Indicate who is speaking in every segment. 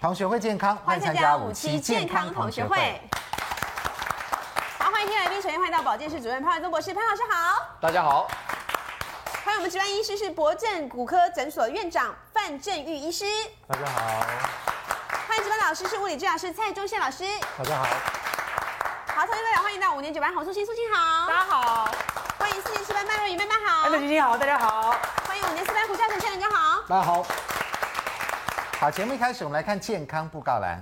Speaker 1: 同学会健康，
Speaker 2: 欢迎参加五期健康同学会。好，欢迎天来宾，首先欢迎到保健室主任潘伟宗博士，潘老师好。
Speaker 3: 大家好，
Speaker 2: 欢迎我们值班医师是博正骨科诊所院长范振玉医师，
Speaker 1: 大家好，
Speaker 2: 欢迎值班老师是物理治疗师蔡忠宪老师。
Speaker 1: 大家好，
Speaker 2: 好，同学们欢迎到五年九班洪素心素心好，
Speaker 4: 大家好，哎
Speaker 2: 欢迎四年四班麦若雨麦麦好
Speaker 4: 安，德君君好，大家好。
Speaker 2: 欢迎五年四班胡孝成陈仁哥好。
Speaker 1: 大家好。好，节目一开始，我们来看健康布告栏。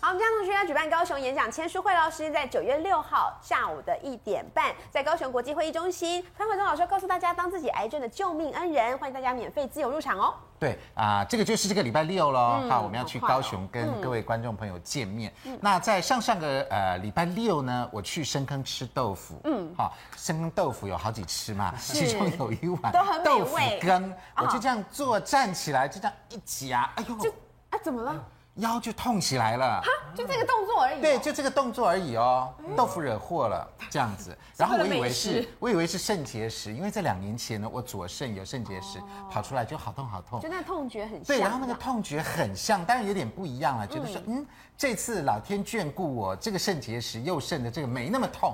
Speaker 2: 好，我们家同学要举办高雄演讲签书会喽，是在九月六号下午的一点半，在高雄国际会议中心。潘慧忠老师告诉大家，当自己癌症的救命恩人，欢迎大家免费自由入场哦。
Speaker 1: 对啊、这个就是这个礼拜六喽。
Speaker 2: 嗯
Speaker 1: 好，我们要去
Speaker 2: 好快哦嗯
Speaker 1: 高雄跟各位观众朋友见面。那在上上个呃礼拜六呢，我去深坑吃豆腐。嗯，好，深坑豆腐有好几吃嘛，其中有一碗
Speaker 2: 都很美
Speaker 1: 豆腐
Speaker 2: 味
Speaker 1: 羹，我就
Speaker 2: 哦
Speaker 1: 这样坐站起来，就这样一夹，哎
Speaker 2: 就
Speaker 1: 呦，
Speaker 2: 啊，怎么了？
Speaker 1: 腰就痛起来了。
Speaker 2: 就这个动作而已哦、
Speaker 1: 对，就这个动作而已哦，豆腐惹祸了这样 子。然后我以为
Speaker 4: 美
Speaker 1: 是
Speaker 4: 食，
Speaker 1: 我以为是肾结石，因为在两年前呢，我左肾有肾结石，
Speaker 4: 哦
Speaker 1: 跑出来就好痛好痛
Speaker 2: 就。那痛觉很像。
Speaker 1: 对，然后那个痛觉很像，当然有点不一样了，觉得说，嗯，这次老天眷顾我，这个肾结石右肾的这个没那么 痛，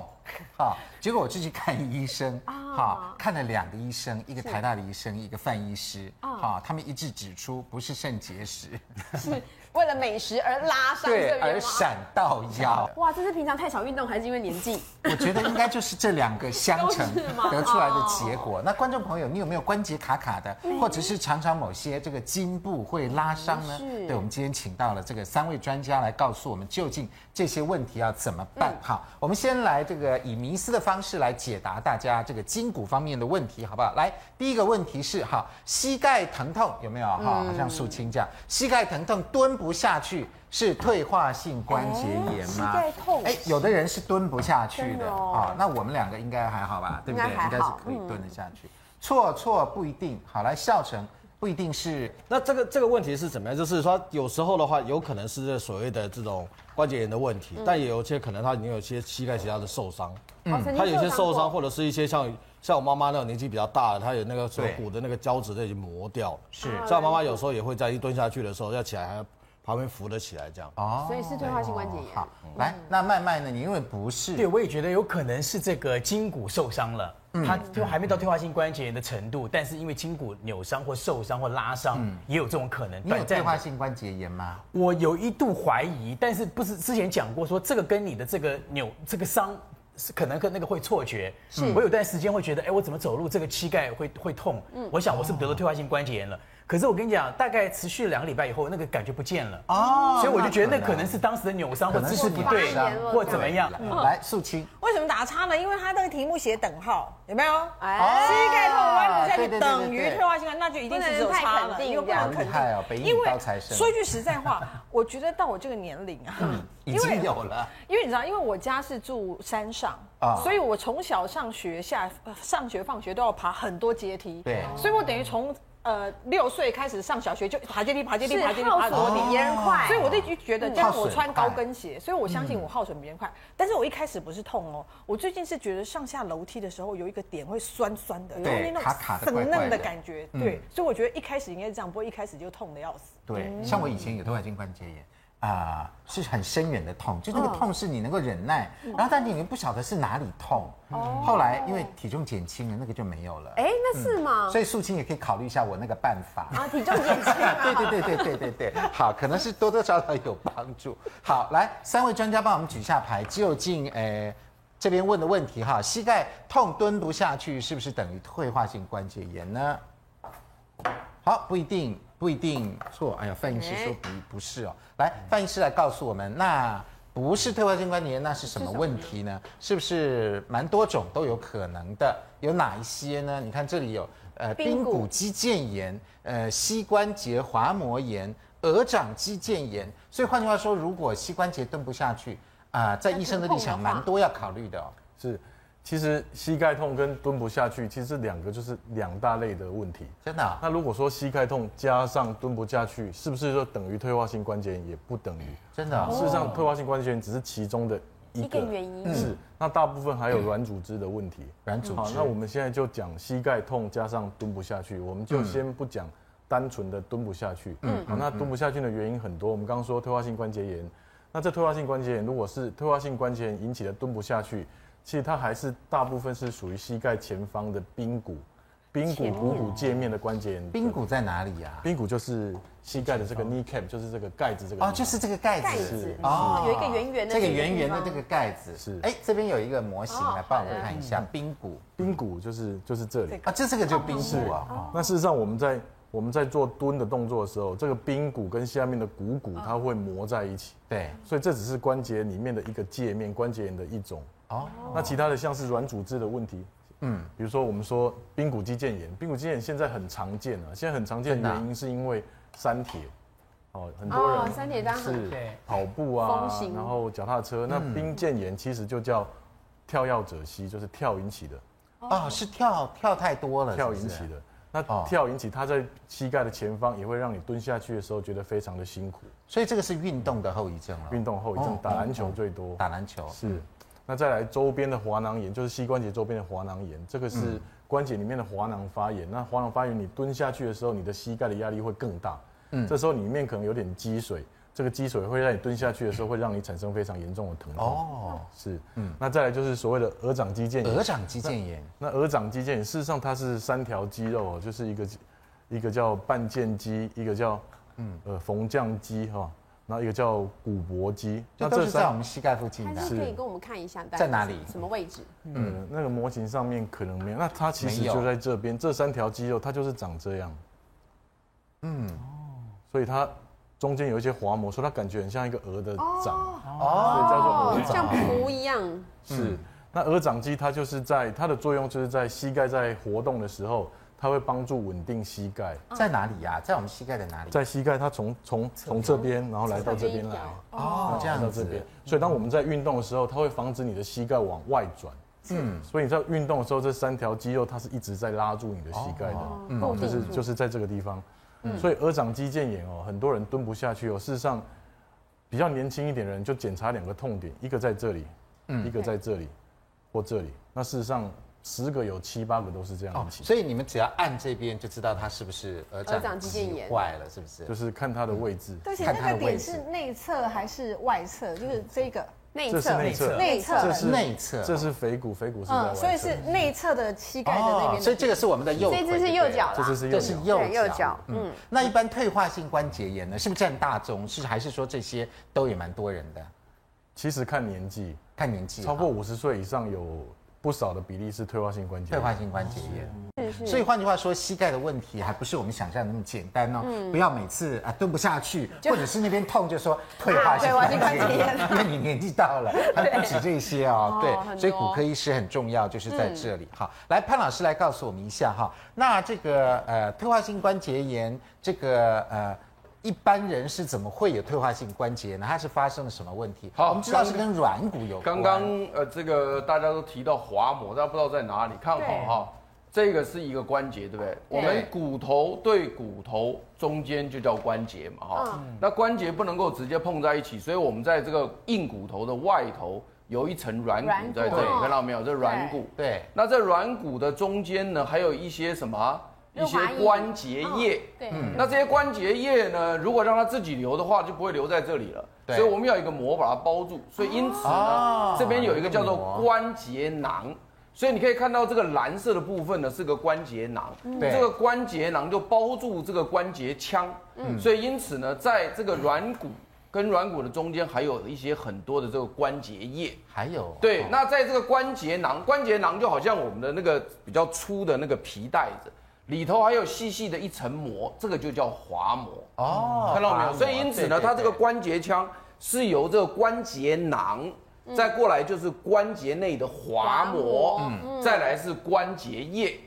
Speaker 1: 好，结果我就去看医生，
Speaker 4: 啊
Speaker 1: 好，看了两个医生，一个台大的医生，一个范医师，
Speaker 4: 啊
Speaker 1: 好，他们一致指出不是肾结石，
Speaker 2: 是为了美食而拉伤这
Speaker 1: 对，
Speaker 2: 个
Speaker 1: 而
Speaker 2: 冤枉。
Speaker 1: 闪到腰。
Speaker 2: 哇，这是平常太少运动，还是因为年纪？
Speaker 1: 我觉得应该就是这两个相乘
Speaker 2: 都是吗哦
Speaker 1: 得出来的结果。那观众朋友，你有没有关节卡卡的，或者是常常某些这个筋部会拉伤呢？
Speaker 2: 嗯是
Speaker 1: 对，我们今天请到了这个三位专家来告诉我们究竟这些问题要怎么办。
Speaker 2: 嗯
Speaker 1: 好，我们先来这个以迷思的方式来解答大家这个筋骨方面的问题，好不好？来，第一个问题是哈，膝盖疼痛有没有哈？好像肃清这样，
Speaker 2: 嗯
Speaker 1: 膝盖疼痛蹲不下去是退化性关节炎吗？
Speaker 2: 哎膝盖痛
Speaker 1: 哎，有的人是蹲不下去
Speaker 2: 真
Speaker 1: 的
Speaker 2: 的
Speaker 1: 啊、
Speaker 2: 哦
Speaker 1: 那我们两个应该还好吧，对不对？
Speaker 2: 应该还好嗯
Speaker 1: 是可以蹲得下去。错错不一定，好来笑成不一定是
Speaker 3: 那这个这个问题是怎么样？就是说，有时候的话，有可能是这所谓的这种关节炎的问题，但也有一些可能他已经有一些膝盖其他的受伤，
Speaker 2: 嗯哦曾经
Speaker 3: 他有一些受伤，
Speaker 2: 过
Speaker 3: 或者是一些像像我妈妈那种年纪比较大的，她有那个锁
Speaker 1: 对
Speaker 3: 骨的那个胶质都已经磨掉了，
Speaker 1: 是
Speaker 3: 像我妈妈有时候也会在一蹲下去的时候要起来，还要旁边扶得起来这样。
Speaker 1: 哦
Speaker 2: 所以嗯是退化性关节炎。
Speaker 1: 好，来，那麦麦呢？你认为不是？
Speaker 5: 对，我也觉得有可能是这个筋骨受伤了，
Speaker 1: 嗯
Speaker 5: 它就还没到退化性关节炎的程度，但是因为筋骨扭伤或受伤或拉伤，也有这种可能。
Speaker 1: 嗯你有退
Speaker 5: 的
Speaker 1: 化性关节炎吗？
Speaker 5: 我有一度怀疑，但是不是之前讲过说这个跟你的这个扭这个伤。是可能跟那个会错觉，我有段时间会觉得，哎、我怎么走路这个膝盖会会痛？
Speaker 1: 嗯
Speaker 5: 我想我是不是得了退化性关节炎了。可是我跟你讲，大概持续两个礼拜以后，那个感觉不见了，
Speaker 1: 哦
Speaker 5: 所以我就觉得
Speaker 1: 那
Speaker 5: 那
Speaker 1: 可
Speaker 5: 可
Speaker 1: 能
Speaker 5: 能是当时的扭伤
Speaker 1: 可
Speaker 5: 或
Speaker 1: 能
Speaker 5: 姿
Speaker 1: 是
Speaker 5: 势
Speaker 1: 你
Speaker 5: 不
Speaker 1: 的
Speaker 5: 对
Speaker 2: 发炎了
Speaker 5: 或怎么样。
Speaker 2: 嗯
Speaker 1: 来，素清，
Speaker 4: 为什么打叉呢？因为他这个题目写等号，有没有？
Speaker 2: 哎
Speaker 4: 膝盖痛弯不下
Speaker 1: 对对对对
Speaker 4: 去，等于
Speaker 1: 对
Speaker 4: 退化性啊关节炎，那就一定是只有
Speaker 2: 不
Speaker 4: 叉
Speaker 2: 能太肯
Speaker 4: 了，
Speaker 2: 定
Speaker 4: 因为不
Speaker 1: 好
Speaker 4: 能
Speaker 1: 厉
Speaker 4: 肯定。
Speaker 1: 害哦，北影
Speaker 4: 因为
Speaker 1: 高材生，嗯
Speaker 4: 说句实在话， 我觉得到我这个年龄啊，
Speaker 1: 已
Speaker 4: 因为
Speaker 1: 经有了。
Speaker 4: 因为你知道，因为我家是住山上
Speaker 1: 啊
Speaker 4: 所以我从小上学下呃上学放学都要爬很多阶梯，
Speaker 1: 对
Speaker 4: 所以我等于从呃六岁开始上小学就爬阶梯、爬阶梯、
Speaker 2: 是
Speaker 4: 爬阶梯、
Speaker 2: 耗
Speaker 4: 爬多
Speaker 2: 损
Speaker 4: 年
Speaker 2: 比。别人快，
Speaker 4: 哦所以我就觉
Speaker 6: 嗯
Speaker 4: 得，但是我穿高跟鞋，所以我相
Speaker 1: 嗯
Speaker 4: 信我耗损别人快。但是我一开始不是痛哦，我最近是觉得上下楼梯的时候有一个点会酸酸的，
Speaker 1: 对
Speaker 4: 然后那种
Speaker 1: 卡卡的
Speaker 4: 粉
Speaker 1: 怪怪
Speaker 4: 嫩
Speaker 1: 的嗯
Speaker 4: 的感觉，对。所以我觉得一开始应该是这样，不会一开始就痛的要死。
Speaker 1: 对，
Speaker 2: 嗯
Speaker 1: 像我以前有退化性关节炎。啊、是很深远的痛，就那
Speaker 2: 嗯
Speaker 1: 个痛是你能够忍耐，然后但你不晓得是哪里痛。
Speaker 2: 哦
Speaker 1: 后来因为体重减轻了，那个就没有了。
Speaker 2: 哎、那是吗？
Speaker 1: 所以素清也可以考虑一下我那个办法。
Speaker 2: 啊，体重减轻啊。
Speaker 1: 对对对对对对对，好，可能是多多少少有帮助。好，来，三位专家帮我们举下牌，究竟呃这边问的问题哈，膝盖痛蹲不下去，是不是等于退化性关节炎呢？好，不一定，不一定错。哎呀，范医师说不不是哦，来，范医师来告诉我们，那不是退化性关节炎，那是什么问题呢？是不是蛮多种都有可能的？有哪一些呢？你看这里有呃髌
Speaker 2: 髌骨
Speaker 1: 骨肌腱炎、呃膝关节滑膜炎、鹅掌肌腱炎。所以换句话说，如果膝关节蹲不下去啊、在医生的立场，
Speaker 2: 痛的话
Speaker 1: 蛮多要考虑的哦。
Speaker 7: 是，其实膝盖痛跟蹲不下去，其实两个就是两大类的问题。
Speaker 1: 真的啊、
Speaker 7: 那如果说膝盖痛加上蹲不下去，是不是就等于退化性关节炎？也不等于。哦
Speaker 1: 真的啊、
Speaker 7: 事实上，退化性关节炎只是其中的
Speaker 2: 哦一个原因
Speaker 7: 是，那大部分还有软组织的问题。
Speaker 1: 软组
Speaker 7: 好，
Speaker 1: 织
Speaker 7: 那我们现在就讲膝盖痛加上蹲不下去，我们
Speaker 1: 嗯
Speaker 7: 就先不讲单纯的蹲不下去。嗯，好，那蹲不下去的原因很多，我们刚刚说退化性关节炎，那这退化性关节炎如果是退化性关节炎引起的蹲不下去，其实它还是大部分是属于膝盖前方的髌骨、髌骨股骨界面的关节炎。
Speaker 1: 髌骨在哪里啊呀、
Speaker 7: 髌骨就是膝盖的这个 kneecap，就是这个盖子这个地
Speaker 1: 哦，
Speaker 7: 方。
Speaker 1: 就是这个盖
Speaker 2: 盖
Speaker 1: 子。
Speaker 2: 子
Speaker 1: 哦
Speaker 2: 哦，有一个圆圆的
Speaker 1: 这个
Speaker 2: 地
Speaker 1: 圆圆的
Speaker 2: 方
Speaker 1: 这个盖子
Speaker 7: 是
Speaker 1: 哎，这边有一个模型
Speaker 2: 哦
Speaker 1: 来帮
Speaker 2: 好
Speaker 1: 我
Speaker 2: 的
Speaker 1: 看一下髌骨
Speaker 7: 髌骨就是就是这里。
Speaker 1: 啊，这这个就髌
Speaker 2: 哦
Speaker 1: 骨啊，
Speaker 7: 那事实上，我们在我们在做蹲的动作的时候，这个髌骨跟下面的股骨它会磨在一起，
Speaker 1: 对，
Speaker 7: 所以这只是关节里面的一个界面，关节炎的一种。
Speaker 1: 哦，
Speaker 7: 那其他的像是软组织的问题，嗯，比如说我们说髌骨肌腱炎，髌骨肌腱炎现在很常见啊，现在很常见的原因是因为三铁，哦，很多人
Speaker 2: 哦，三铁张很
Speaker 7: 是
Speaker 5: 对
Speaker 7: 跑步
Speaker 2: 风
Speaker 7: 啊
Speaker 2: 行，
Speaker 7: 然后脚踏车，那髌腱炎其实就叫跳跃者膝，就是跳引起的。
Speaker 1: 哦，是跳跳太多了，
Speaker 7: 跳
Speaker 1: 是不
Speaker 7: 引
Speaker 1: 是
Speaker 7: 起的。那
Speaker 1: 哦
Speaker 7: 跳引起，它在膝盖的前方也会让你蹲下去的时候觉得非常的辛苦。
Speaker 1: 所以这个是运动的后遗症了。
Speaker 7: 运动后遗
Speaker 1: 哦
Speaker 7: 症，打篮球最多。
Speaker 1: 打篮球
Speaker 7: 是。那再来周边的滑囊炎，就是膝关节周边的滑囊炎，这个
Speaker 1: 嗯
Speaker 7: 是关节里面的滑囊发炎。那滑囊发炎，你蹲下去的时候，你的膝盖的压力会更大。嗯，这时候里面可能有点积水，这个积水会让你蹲下去的时候会让你产生非常严重的疼痛。哦，
Speaker 1: 哦，
Speaker 7: 是。嗯，那再来就是所谓的鹅掌肌腱炎。
Speaker 1: 鹅掌肌腱炎
Speaker 7: 那鹅掌肌腱炎事实上它是三条肌肉哦，就是一个一个叫半腱肌，一个叫嗯呃缝匠肌哈、然后一个叫股脖肌。
Speaker 1: 这
Speaker 7: 那
Speaker 1: 都是在我们膝盖附近
Speaker 2: 还
Speaker 1: 的啊
Speaker 2: 是
Speaker 7: 是
Speaker 2: 可以跟我们看一下，
Speaker 1: 在哪里
Speaker 2: 什么位置？
Speaker 7: 嗯、那个模型上面可能没有，那它其实
Speaker 1: 没有
Speaker 7: 就在这边，这三条肌肉它就是长这样。嗯，所以它中间有一些滑膜，所以它感觉很像一个鹅的掌，
Speaker 1: 哦
Speaker 7: 所以叫做鹅掌。
Speaker 2: 像蹼一样，
Speaker 1: 嗯
Speaker 7: 是，那鹅掌肌它就是在它的作用就是在膝盖在活动的时候，它会帮助稳定膝盖。
Speaker 2: 哦
Speaker 1: 在哪里呀？在我们膝盖的哪里？
Speaker 7: 在膝盖，它从从从这边，然后来到这边来，
Speaker 1: 哦，这
Speaker 7: 来到
Speaker 1: 样
Speaker 7: 这边
Speaker 1: 子。。
Speaker 7: 所以当我们在运动的时候，它会防止你的膝盖往外转。嗯，所以你在运动的时候，这三条肌肉它是一直在拉住你的膝盖的，哦，就是就是在这个地方。
Speaker 1: 嗯
Speaker 7: 所以鹅掌肌腱炎哦，很多人蹲不下去哦。事实上，比较年轻一点的人就检查两个痛点，一个在这里，
Speaker 1: 嗯
Speaker 7: 一个在这里，或这里。那事实上，十个有七八个都是这样
Speaker 1: 哦
Speaker 7: 引，起的。
Speaker 1: 所以你们只要按这边就知道它是不是鹅
Speaker 2: 鹅掌
Speaker 1: 掌
Speaker 2: 肌腱
Speaker 1: 肌
Speaker 2: 炎
Speaker 1: 坏了，是不是
Speaker 7: 就？是看它的位置，
Speaker 6: 对不起，
Speaker 1: 看它
Speaker 6: 那
Speaker 1: 的
Speaker 6: 个
Speaker 1: 位
Speaker 6: 点
Speaker 1: 置
Speaker 6: 是内侧还是外侧？就是这个
Speaker 2: 内
Speaker 7: 这是
Speaker 2: 侧，
Speaker 7: 内侧
Speaker 6: 内侧，
Speaker 7: 这是
Speaker 1: 内侧
Speaker 7: 这是腓骨，腓骨是在外
Speaker 6: 嗯，
Speaker 7: 侧。
Speaker 6: 所以是内侧的膝盖的那边的。
Speaker 1: 哦所以这个是我们的右腿，
Speaker 2: 这只是右脚啦，
Speaker 7: 这只是
Speaker 1: 这
Speaker 7: 右
Speaker 1: 是
Speaker 7: 脚。
Speaker 1: 右
Speaker 2: 对右脚
Speaker 1: 嗯，那一般退化性关节炎呢，是不是占大宗？是还是说这些都也蛮多人的？
Speaker 7: 其实看年纪，
Speaker 1: 看年纪啊，
Speaker 7: 超过五十岁以上有不少的比例是退化性关节
Speaker 1: 退
Speaker 7: 炎。
Speaker 1: 化性关节炎。
Speaker 2: 是是。
Speaker 1: 所以换句话说，膝盖的问题还不是我们想象的那么简单哦。不要每次啊蹲不下去，或者是那边痛就说退化性关节炎，因为你年纪到 了，还不止这些哦。嗯对，所以骨科医师很重要，就是在这里。好，来潘老师来告诉我们一下哈，那这个呃退化性关节炎这个呃。一般人是怎么会有退化性关节炎呢？它是发生了什么问题？
Speaker 8: 好
Speaker 1: 我们知道是跟软骨有关。
Speaker 8: 刚刚呃，这个大家都提到滑膜，大家不知道在哪里，看好哈。这个是一个关节，对不对？哦我们骨头对骨头中间就叫关节嘛，哈、那关节不能够直接碰在一起，所以我们在这个硬骨头的外头有一层软骨
Speaker 6: 软骨
Speaker 8: 在这里
Speaker 6: 哦，
Speaker 8: 看到没有？这软骨。
Speaker 1: 对，
Speaker 8: 那在软骨的中间呢，还有一些什么？一些
Speaker 2: 润滑液
Speaker 8: 关节
Speaker 2: 嗯
Speaker 8: 液。
Speaker 6: 对，
Speaker 8: 那这些关节液呢，如果让它自己流的话，就不会留在这里了。
Speaker 1: 对
Speaker 8: 所以我们要有一个膜把它包住。所以因此呢，
Speaker 1: 哦
Speaker 8: 这边有一个叫做
Speaker 1: 有一个膜
Speaker 8: 关节囊。所以你可以看到这个蓝色的部分呢是个关节囊，
Speaker 1: 对
Speaker 8: 这个关节囊就包住这个关节腔，所以因此呢，在这个软骨跟软骨的中间还有一些很多的这个关节液，
Speaker 1: 还有
Speaker 8: 对
Speaker 1: 哦，
Speaker 8: 那在这个关节囊，关节囊就好像我们的那个比较粗的那个皮带子，里头还有细细的一层膜，这个就叫滑膜，
Speaker 1: 哦
Speaker 8: 看到没
Speaker 1: 滑
Speaker 8: 有？
Speaker 1: 膜
Speaker 8: 所以因此
Speaker 1: 对
Speaker 8: 呢，
Speaker 1: 对
Speaker 8: 它这个
Speaker 1: 对
Speaker 8: 关节腔是由这个关节囊，再过来就是关节内的滑膜，
Speaker 1: 嗯
Speaker 8: 再来是关节液。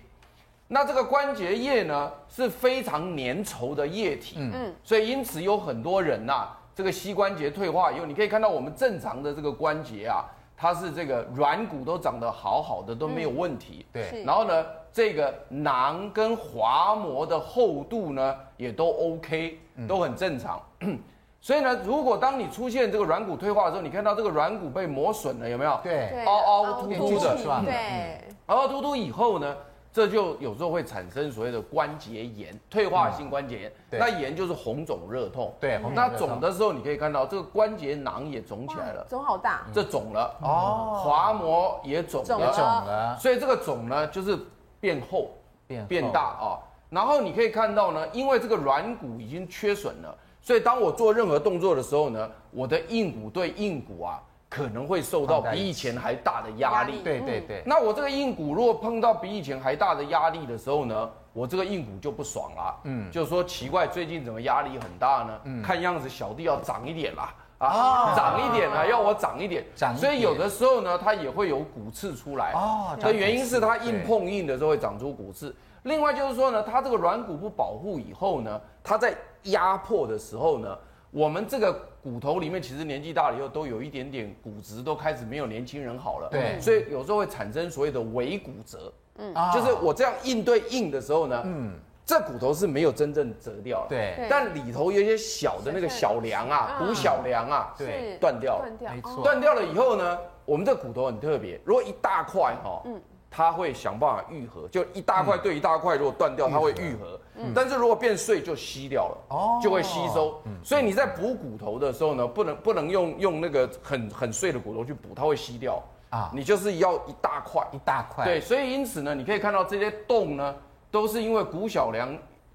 Speaker 8: 那这个关节液呢是非常粘稠的液体，嗯，所以因此有很多人呐、这个膝关节退化以后，你可以看到我们正常的这个关节啊，它是这个软骨都长得好好的，都没有问题，
Speaker 1: 嗯对
Speaker 8: 然后呢，这个囊
Speaker 1: 嗯
Speaker 8: 跟滑膜的厚度呢也都 OK，都很正常。 所以呢，如果当你出现这个软骨退化的时候，你看到这个软骨被磨损了，有没有？
Speaker 1: 对，
Speaker 8: 凹凹凸凸的
Speaker 1: 是吧
Speaker 2: 对，
Speaker 8: 凹凹凸凸以后呢，这就有时候会产生所谓的关节炎，退化性关节炎。
Speaker 1: 嗯对
Speaker 8: 那炎就是红肿热痛。
Speaker 1: 对红肿
Speaker 8: 那
Speaker 1: 热痛
Speaker 8: 肿的时候，你可以看到这个关节囊也肿起来了，嗯
Speaker 2: 肿好大，
Speaker 8: 这肿了，
Speaker 1: 哦，
Speaker 8: 滑膜也肿
Speaker 2: 肿
Speaker 1: 也
Speaker 8: 了
Speaker 1: 肿，
Speaker 4: 哦
Speaker 1: 了，
Speaker 8: 所以这个肿呢就是变厚、
Speaker 1: 变厚
Speaker 8: 变大啊、然后你可以看到呢，因为这个软骨已经缺损了，所以当我做任何动作的时候呢，我的硬骨对硬骨啊可能会受到
Speaker 1: 放在
Speaker 8: 比
Speaker 1: 一起
Speaker 8: 以前还大的压力。
Speaker 1: 对
Speaker 4: 嗯
Speaker 1: 对对，
Speaker 8: 那我这个硬骨如果碰到比以前还大的压力的时候呢，我这个硬骨就不爽啦。嗯，就说奇怪，最近怎么压力很大呢？看样子小弟要长一点啦。啊，长一点啊，要我长一点，
Speaker 1: 长一
Speaker 8: 所以有
Speaker 1: 点
Speaker 8: 的时候呢，它也会有骨刺出来。
Speaker 1: 哦长
Speaker 8: 的原因
Speaker 1: 骨刺
Speaker 8: 是它硬
Speaker 1: 对
Speaker 8: 碰硬的时候会长出骨刺。另外就是说呢，它这个软骨不保护以后呢，它在压迫的时候呢，我们这个骨头里面其实年纪大了以后都有一点点骨质都开始没有年轻人好了。
Speaker 1: 对
Speaker 8: 所以有时候会产生所谓的尾骨折，
Speaker 4: 嗯
Speaker 1: 啊
Speaker 8: 就是我这样硬对硬的时候呢，嗯，这骨头是没有真正折掉了，
Speaker 1: 对
Speaker 8: 但里头有一些小的那个小梁啊，骨小梁啊，
Speaker 1: 嗯对，
Speaker 2: 是
Speaker 8: 断掉了
Speaker 2: 断掉哦
Speaker 1: 没，错，
Speaker 8: 断掉了以后呢，我们这骨头很特别，如果一大块哈、
Speaker 1: 嗯
Speaker 8: 它会想办法愈合，就一大块对一大块，如果断掉，它会愈合。但是如果变碎就稀掉了，
Speaker 1: 嗯哦
Speaker 8: 就会吸收。所以你在补骨头的时候呢，不能不能用用那个很很碎的骨头去补，它会吸掉
Speaker 1: 啊
Speaker 8: 啊。你就是要一大块，
Speaker 1: 一大块，
Speaker 8: 对，，所以因此呢，你可以看到这些洞呢，都是因为骨小梁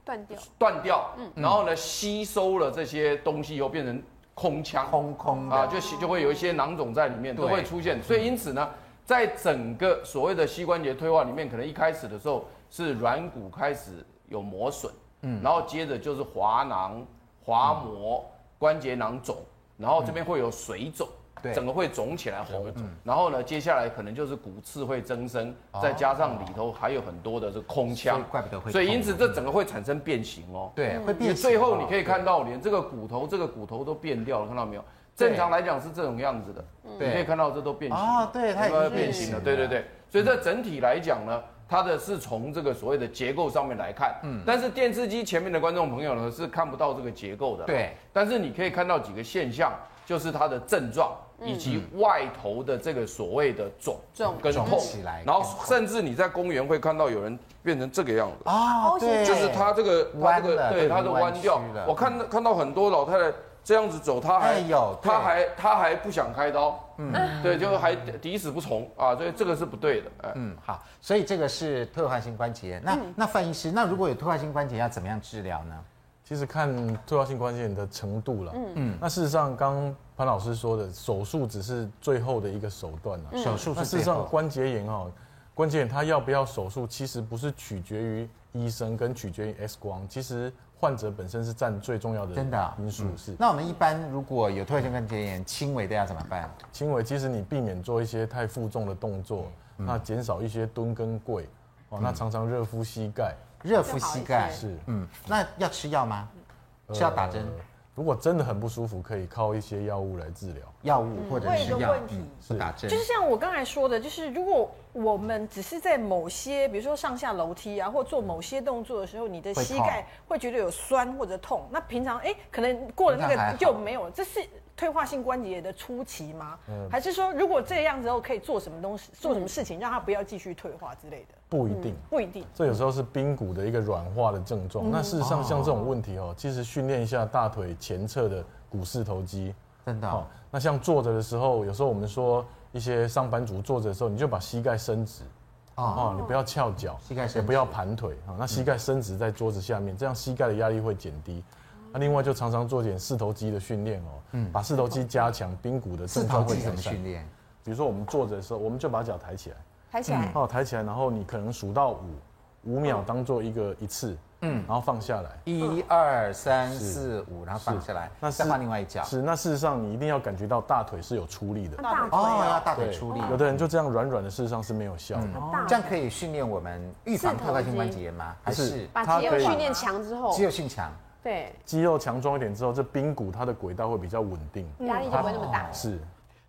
Speaker 2: 断掉，
Speaker 8: 断掉，
Speaker 1: 嗯
Speaker 8: 然后呢吸收了这些东西以后变成空腔，
Speaker 1: 空空
Speaker 8: 啊，
Speaker 1: 的，
Speaker 8: 就吸就会有一些囊肿在里面都
Speaker 1: 对
Speaker 8: 会出现，所以因此呢，在整个所谓的膝关节退化里面，可能一开始的时候是软骨开始有磨损，嗯，然后接着就是滑囊、滑膜、关节囊肿，然后这边会有水肿。
Speaker 1: 对嗯
Speaker 8: 整个会肿起来红，然后呢，接下来可能就是骨刺会增生，再加上里头还有很多的这空腔
Speaker 1: 哦所以，怪不得会
Speaker 8: 所以
Speaker 1: 痛
Speaker 8: 因此这整个会产生变形哦。
Speaker 1: 对，
Speaker 4: 嗯
Speaker 1: 会
Speaker 8: 你
Speaker 1: 变形哦。
Speaker 8: 最后你可以看到，连这个骨头、这个骨头都变掉了，看到没有？正常来讲是这种样子的，
Speaker 1: 对
Speaker 8: 你可以看到这都变形了
Speaker 1: 嗯啊对它已经
Speaker 8: 有没有变形了，对对对。所以这整体来讲呢，它的是从这个所谓的结构上面来看，嗯，但是电视机前面的观众朋友呢是看不到这个结构的，
Speaker 1: 对。
Speaker 8: 但是你可以看到几个现象，就是它的症状以及外头的这个所谓的肿
Speaker 2: 肿
Speaker 1: 嗯
Speaker 8: 跟
Speaker 1: 肿
Speaker 8: 痛
Speaker 1: 起来
Speaker 8: 然后
Speaker 1: 跟痛
Speaker 8: 甚至你在公园会看到有人变成这个样子。
Speaker 4: 哦
Speaker 1: 啊，对，
Speaker 8: 就是它这个它
Speaker 1: 弯
Speaker 8: 这个
Speaker 1: 了
Speaker 8: 对
Speaker 1: 对
Speaker 8: 它的弯掉
Speaker 1: 弯曲了，
Speaker 8: 我看到看到很多老太太这样子走，她还
Speaker 1: 哎有对
Speaker 8: 她还她还不想开刀，嗯，对，就还抵死不从啊，所以这个是不对的，哎，
Speaker 1: 嗯，好，所以这个是退化性关节炎。那、
Speaker 4: 嗯
Speaker 1: 那范医师，那如果有退化性关节要怎么样治疗呢？
Speaker 7: 其实看退化性关节炎的程度了。嗯嗯。那事实上，刚刚潘老师说的，手术只是最后的一个手段了。
Speaker 1: 手术
Speaker 7: 那
Speaker 1: 是
Speaker 7: 事
Speaker 1: 最
Speaker 7: 实上，
Speaker 1: 后，
Speaker 7: 关节炎哦，关节炎它要不要手术，其实不是取决于医生跟取决于 X 光，其实患者本身是占最重要的
Speaker 1: 真的啊
Speaker 7: 因素。是
Speaker 1: 那我们一般如果有退化性关节炎轻微的要怎么办？
Speaker 7: 轻微，其实你避免做一些太负重的动作，那减少一些蹲跟跪，哦，那常常热敷膝盖
Speaker 1: 热敷膝盖，
Speaker 7: 是。
Speaker 1: 嗯，那要吃药吗？是要打针、
Speaker 8: 呃
Speaker 7: 如果真的很不舒服，可以靠一些药物来治疗。
Speaker 1: 药物或者
Speaker 4: 我有一
Speaker 1: 是
Speaker 4: 个
Speaker 1: 药
Speaker 4: 问题
Speaker 1: 嗯不打针
Speaker 4: 就，是像我刚才说的，就是如果我们只是在某些，比如说上下楼梯啊，或做某些动作的时候，你的
Speaker 1: 会
Speaker 4: 膝盖会觉得有酸或者痛，那平常哎、可能过了那
Speaker 1: 平常还
Speaker 4: 个
Speaker 1: 好
Speaker 4: 就没有了，这是退化性关节炎的初期吗？还是说如果这样之后可以做什么东西，做什
Speaker 2: 嗯
Speaker 4: 么事情让它不要继续退化之类的？
Speaker 7: 不一定，
Speaker 4: 不一定。
Speaker 7: 这有时候是髌骨的一个软化的症状。那事实上，像这种问题哦，其实训练一下大腿前侧的股四头肌。
Speaker 1: 真的、
Speaker 7: 哦
Speaker 1: 哦，，
Speaker 7: 那像坐着的时候，有时候我们说一些上班族坐着的时候，你就把膝盖伸直。哦，你不要翘脚，
Speaker 1: 啊膝盖伸直
Speaker 7: 也不要盘腿啊、哦那膝盖伸直在桌子下面，这样膝盖的压力会减低。那、另外就常常做点四头肌的训练哦，把四头肌加强，髌骨的
Speaker 1: 嗯四
Speaker 7: 症
Speaker 1: 头
Speaker 7: 状会
Speaker 1: 肌怎
Speaker 7: 改
Speaker 1: 么
Speaker 7: 善
Speaker 1: 训。练？
Speaker 7: 比如说我们坐着的时候，我们就把脚抬起来，
Speaker 2: 抬起
Speaker 1: 嗯
Speaker 2: 来，
Speaker 7: 哦，抬起来，然后你可能数到五，五秒当做一个一次，嗯，然后放下来。
Speaker 1: 一二三四五，然后放下来，
Speaker 7: 那是
Speaker 1: 再换另外一脚。
Speaker 7: 是，那事实上你一定要感觉到大腿是有出力的，
Speaker 2: 大腿
Speaker 1: 哦，要
Speaker 2: 哦，
Speaker 1: 大腿出力，嗯
Speaker 7: 有的人就这样软软的，事实上是没有效的。
Speaker 2: 大腿
Speaker 1: 这样可以训练我们预防
Speaker 2: 四头
Speaker 1: 退化性
Speaker 2: 肌
Speaker 1: 关节炎吗？还
Speaker 7: 是
Speaker 1: 是
Speaker 2: 把
Speaker 7: 它
Speaker 2: 肌肉
Speaker 7: 可以
Speaker 2: 训练强之后
Speaker 1: 肌，肉性强？
Speaker 2: 对，
Speaker 7: 肌肉强壮一点之后，这髌骨它的轨道会比较稳定。
Speaker 2: 压力就不会那么大。
Speaker 7: 是，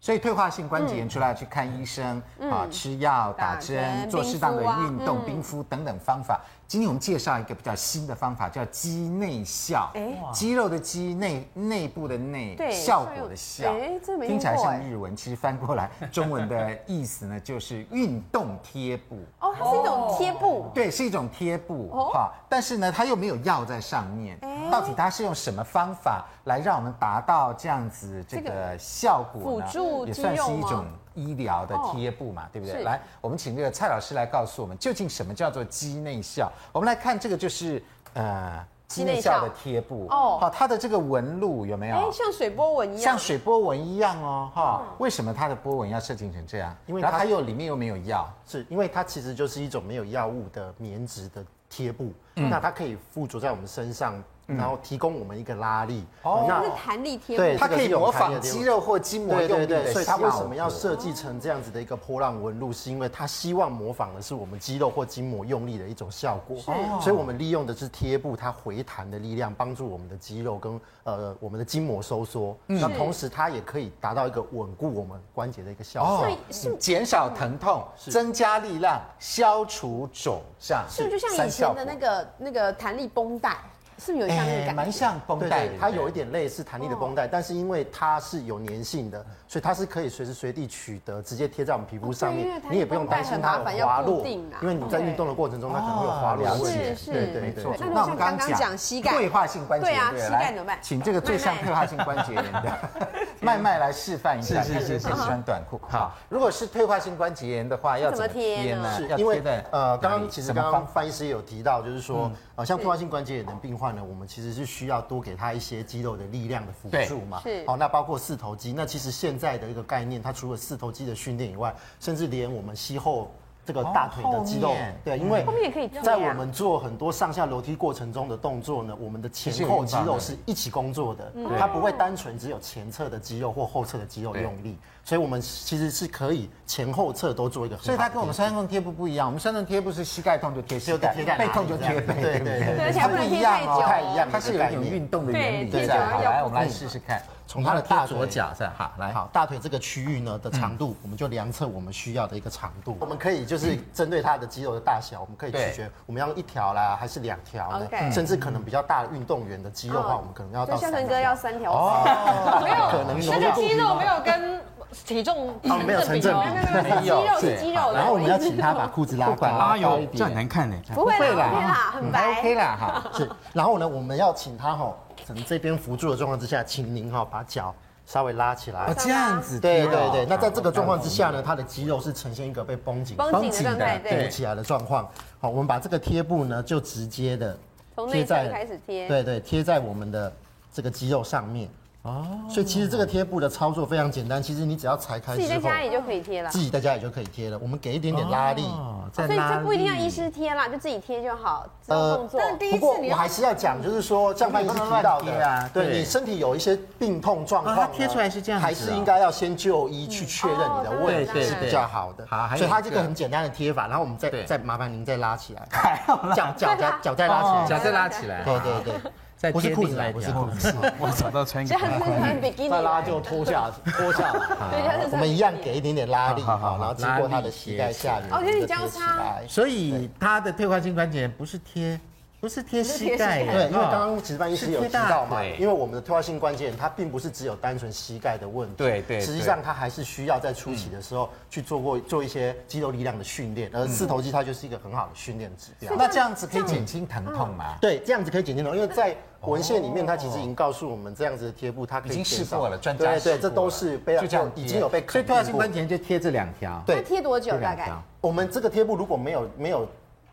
Speaker 1: 所以退化性关节炎除了要去看医生啊、吃药、打针、
Speaker 2: 嗯针
Speaker 1: 做
Speaker 2: 冰
Speaker 1: 适当的
Speaker 2: 敷啊
Speaker 1: 运动、冰敷等等方法，今天我们介绍一个比较新的方法，叫肌内效
Speaker 4: 哎，
Speaker 1: 肌肉的肌内内部的内
Speaker 4: 对，
Speaker 1: 效果的效
Speaker 2: 哎这没听过
Speaker 1: 听起来像日文，其实翻过来中文的意思呢，就是运动贴布。
Speaker 2: 哦，它是一种贴布，
Speaker 1: 对，是一种贴布
Speaker 2: 哦
Speaker 1: 哈、但是呢，它又没有药在上面。
Speaker 2: 哎
Speaker 1: 到底它是用什么方法来让我们达到这样子这个效果呢？
Speaker 2: 辅助
Speaker 1: 也
Speaker 2: 肌
Speaker 1: 算是
Speaker 2: 肉
Speaker 1: 一
Speaker 2: 吗哦
Speaker 1: 种医疗的贴布嘛，对不对？
Speaker 2: 是
Speaker 1: 来，我们请这个蔡老师来告诉我们，究竟什么叫做肌内效？我们来看这个就是呃肌内效的贴布
Speaker 2: 哦
Speaker 1: 哦，好，它的这个纹路有没有？
Speaker 2: 哎，像水波纹一样
Speaker 1: 像，水波纹一样哦，哈、为什么它的波纹要设计成这样？
Speaker 9: 因为
Speaker 1: 然后
Speaker 9: 它
Speaker 1: 它又里面又没有药，
Speaker 9: 是因为它其实就是一种没有药物的棉质的贴布，
Speaker 1: 嗯
Speaker 9: 那它可以附着在我们身上，然后提供我们一个拉力。
Speaker 1: 哦
Speaker 9: 那
Speaker 2: 它是弹力贴
Speaker 9: 对
Speaker 2: 布，
Speaker 1: 它可以模仿
Speaker 9: 这个是有弹力的
Speaker 1: 肌肉或筋膜
Speaker 9: 对
Speaker 1: 用力
Speaker 9: 对
Speaker 1: 的
Speaker 9: 对，所以它为
Speaker 1: 效
Speaker 9: 什么要
Speaker 1: 果
Speaker 9: 设计成这样子的一个波浪纹路？是因为它希望模仿的是我们肌肉或筋膜用力的一种效果。所以我们利用的是贴布它回弹的力量，帮助我们的肌肉跟呃我们的筋膜收缩。
Speaker 1: 嗯
Speaker 9: 那同时它也可以达到一个稳固我们关节的一个效果。
Speaker 1: 哦，减少疼痛，增加力量，消除肿胀，
Speaker 2: 是不是就像以前的那个那个弹力绷带，是不是有像那个
Speaker 1: 哎，
Speaker 2: 感
Speaker 1: 蛮
Speaker 2: 觉？
Speaker 1: 像绷
Speaker 9: 对
Speaker 1: 带哦
Speaker 9: 对
Speaker 1: 的，，
Speaker 9: 它有一点类似弹力的绷带，但是因为它是有粘性的，所以它是可以随时随地取得，直接贴在我们皮肤上
Speaker 2: 哦对因为
Speaker 9: 面
Speaker 2: 弹，力
Speaker 9: 你也不用担心它
Speaker 2: 绷带很麻
Speaker 9: 有
Speaker 2: 烦要
Speaker 9: 滑
Speaker 2: 固
Speaker 9: 落，
Speaker 2: 定啊
Speaker 9: 因为你在运动的过程中它可能会有滑落
Speaker 1: 哦
Speaker 9: 的问题。
Speaker 2: 是
Speaker 1: 了
Speaker 2: 是，
Speaker 9: 对对
Speaker 1: 没错
Speaker 9: 对。
Speaker 2: 那如
Speaker 1: 那
Speaker 2: 果
Speaker 1: 我们
Speaker 2: 像
Speaker 1: 刚
Speaker 2: 刚
Speaker 1: 刚
Speaker 2: 刚
Speaker 1: 讲
Speaker 2: 讲膝盖，
Speaker 1: 退化性关节
Speaker 2: 对
Speaker 1: 炎，
Speaker 2: 啊膝盖
Speaker 1: 来
Speaker 2: 怎么办
Speaker 1: 请这个最像退化性关节炎的 麦麦来示范一下，是是是，
Speaker 3: 嗯
Speaker 1: 穿短裤。好，如果是退化性关节炎的话，要
Speaker 2: 怎
Speaker 1: 怎
Speaker 2: 么
Speaker 1: 么
Speaker 2: 贴
Speaker 1: 贴
Speaker 2: 呢
Speaker 1: 呢？
Speaker 9: 是
Speaker 1: 要
Speaker 9: 因为
Speaker 1: 贴在
Speaker 9: 呃，刚
Speaker 1: 哪里
Speaker 9: 刚其实
Speaker 1: 什么
Speaker 9: 刚
Speaker 1: 方
Speaker 9: 刚
Speaker 1: 法
Speaker 9: 范医师也有提到，就是说，呃，像退化性关节炎的病患呢，我们其实是需要多给他一些肌肉的力量的辅
Speaker 1: 对
Speaker 9: 助嘛。哦
Speaker 2: 是
Speaker 9: 好，那包括四头肌，那其实现在的一个概念，它除了四头肌的训练以外，甚至连我们膝后。这个大腿的肌
Speaker 1: 哦后
Speaker 9: 肉
Speaker 1: 面，
Speaker 9: 对，因为
Speaker 2: 后面也可以贴啊
Speaker 9: 在我们做很多上下楼梯过程中的动作呢，我们的前
Speaker 1: 其实有
Speaker 9: 后
Speaker 1: 用
Speaker 9: 肌
Speaker 1: 到
Speaker 9: 肉
Speaker 1: 的
Speaker 9: 是一起工作的，它不会单纯只有前侧的肌肉或后侧的肌肉用力，所以我们其实是可以前后侧都做一个很好的
Speaker 1: 所以它跟我们
Speaker 9: 贴
Speaker 1: 酸痛贴布不一样，我们酸痛贴布是膝盖痛就贴膝盖，
Speaker 9: 就贴在哪
Speaker 1: 背
Speaker 9: 里
Speaker 1: 痛就贴背，
Speaker 9: 这样对对对
Speaker 2: 对而且
Speaker 1: 它
Speaker 2: 不能
Speaker 1: 不一
Speaker 2: 贴
Speaker 1: 样
Speaker 2: 太
Speaker 1: 哦，
Speaker 2: 久
Speaker 9: 太一样的
Speaker 1: 它是有一种
Speaker 9: 概念
Speaker 1: 运动的原理
Speaker 2: 对
Speaker 1: 在。
Speaker 2: 贴久了
Speaker 1: 好，
Speaker 2: 要
Speaker 1: 来
Speaker 2: 不
Speaker 1: 我们来试试看，
Speaker 9: 从
Speaker 1: 它
Speaker 9: 它
Speaker 1: 的
Speaker 9: 的
Speaker 1: 大
Speaker 9: 大
Speaker 1: 左
Speaker 9: 左
Speaker 1: 脚
Speaker 9: 脚
Speaker 1: 在好来。
Speaker 9: 好，大腿这个区域呢的长度，我们就量测我们需要的一个长度。我们可以 就是针对它的肌肉的大小，我们可以
Speaker 1: 对
Speaker 9: 取决我们要用一条啦，还是两条呢
Speaker 2: OK 嗯？
Speaker 9: 甚至可能比较大的运动员的肌肉的话，我们可能要
Speaker 2: 对，
Speaker 9: 到
Speaker 2: 肖
Speaker 9: 三
Speaker 2: 腾
Speaker 9: 条。
Speaker 2: 哥要三条
Speaker 1: 哦
Speaker 2: 丝，
Speaker 4: 没有
Speaker 9: 可能
Speaker 4: 那
Speaker 9: 容
Speaker 4: 个
Speaker 9: 量
Speaker 4: 肌肉没有跟体重
Speaker 9: 哦没有
Speaker 4: 成
Speaker 9: 成
Speaker 4: 正
Speaker 9: 正
Speaker 4: 比
Speaker 9: 比
Speaker 4: 哦。
Speaker 2: 肌肉是肌肉的，
Speaker 9: 然后我们要
Speaker 2: 一直
Speaker 9: 请他把裤子拉
Speaker 1: 哦
Speaker 9: 高
Speaker 5: 拉
Speaker 9: 高
Speaker 5: 哟
Speaker 9: 一，点
Speaker 5: 这很难看呢。
Speaker 2: 不会啦，
Speaker 1: 会
Speaker 2: 不
Speaker 1: 啦
Speaker 2: 会啦，
Speaker 9: 嗯
Speaker 2: 很
Speaker 1: 还 OK
Speaker 2: 白，
Speaker 1: 啦哈。
Speaker 9: 是，然后呢，我们要请他吼，可能这边辅助的状况之下，请您哈把脚稍微拉起来
Speaker 1: 哦，。这样子贴
Speaker 9: 对
Speaker 1: 哦
Speaker 9: 对对，那在这个状况之下呢，他的肌肉是呈现一个被绷紧的
Speaker 2: 绷紧的
Speaker 1: 绷紧
Speaker 2: 状
Speaker 1: 的
Speaker 2: 态，
Speaker 9: 鼓
Speaker 2: 对，
Speaker 9: 起来的状况。好，我们把这个贴布呢，就直接的
Speaker 2: 从内侧开始贴
Speaker 9: 对对，贴在我们的这个肌肉上面。哦，所以其实这个贴布的操作非常简单，其实你只要裁开
Speaker 2: 自
Speaker 9: 之
Speaker 2: 己
Speaker 9: 后，
Speaker 2: 在家里就可以贴了
Speaker 9: 自。己在家里就可以贴了。我们给一点点拉力。
Speaker 1: 哦，
Speaker 2: 所
Speaker 1: 在
Speaker 2: 以这不一定要医
Speaker 1: 医
Speaker 2: 师贴啦，就自己贴就好，自
Speaker 9: 呃
Speaker 2: 动动作。
Speaker 6: 但第一
Speaker 9: 不过
Speaker 6: 次你
Speaker 9: 我
Speaker 6: 要
Speaker 9: 还是要讲，就是说，像范医师提到
Speaker 1: 你不能乱贴啊
Speaker 9: 的，对
Speaker 1: 对
Speaker 9: 你身体有一些病痛状况
Speaker 1: 哦
Speaker 9: 呢，
Speaker 1: 它贴出来是这样子啊
Speaker 9: 还是应该要先就医去确认你的问
Speaker 2: 嗯哦
Speaker 9: 题
Speaker 2: 对
Speaker 9: 是比较好的。
Speaker 1: 对对对
Speaker 9: 所以它这个很简单的贴法，然后我们再
Speaker 1: 对
Speaker 9: 再麻烦您再拉起来，
Speaker 1: 还要拉
Speaker 9: 脚脚脚脚再拉起
Speaker 5: 哦
Speaker 1: 哦脚
Speaker 9: 来，
Speaker 1: 再拉起来，
Speaker 9: 对对对。
Speaker 5: 再
Speaker 9: 不是
Speaker 5: 贴
Speaker 9: 裤
Speaker 5: 另
Speaker 9: 子
Speaker 5: 外
Speaker 9: 啊，
Speaker 5: 一
Speaker 9: 不
Speaker 5: 条
Speaker 9: 是裤子，
Speaker 5: 我找到穿 一
Speaker 2: 这
Speaker 5: 个
Speaker 2: 样子 很比基尼，
Speaker 7: 再拉就脱下脱下来。
Speaker 2: 对，这样子
Speaker 9: 我们一样给一点点拉力，
Speaker 5: 好好好
Speaker 9: 好，然后经过他的膝盖下缘，
Speaker 2: 拉力贴起来哦有点交
Speaker 9: 就贴起
Speaker 2: 叉
Speaker 9: 来
Speaker 1: 所以它的退化性关节炎不是贴，不是贴膝盖的，
Speaker 9: 对，因为
Speaker 1: 哦
Speaker 9: 刚刚值班医师有提到嘛
Speaker 1: 是贴大腿，
Speaker 9: 因为我们的退化性关节炎它并不是只有单纯膝盖的问题，
Speaker 1: 对对
Speaker 9: 实际上它还是需要在初期的时候去做过做一些肌肉力量的训练，而四头肌它就是一个很好的训练指标。
Speaker 1: 那这样子可以减轻疼痛
Speaker 5: 嗯
Speaker 1: 吗？
Speaker 9: 对，这样子可以减轻疼痛，因为在文献里面，它其实已经告诉我们，这样子的贴布它可以
Speaker 1: 已经试
Speaker 9: 减少
Speaker 1: 过了，专家
Speaker 9: 对
Speaker 1: 试过
Speaker 9: 对，
Speaker 1: 了
Speaker 9: 这都是被
Speaker 1: 就这样贴
Speaker 9: 已经有被
Speaker 1: 所以
Speaker 9: 肯定
Speaker 1: 退化性
Speaker 9: 过
Speaker 1: 关节炎就贴这两条，
Speaker 9: 对
Speaker 2: 那贴多久
Speaker 1: 这
Speaker 2: 大
Speaker 1: 两
Speaker 2: 概？
Speaker 1: 条。
Speaker 9: 我们这个贴布如果没有没有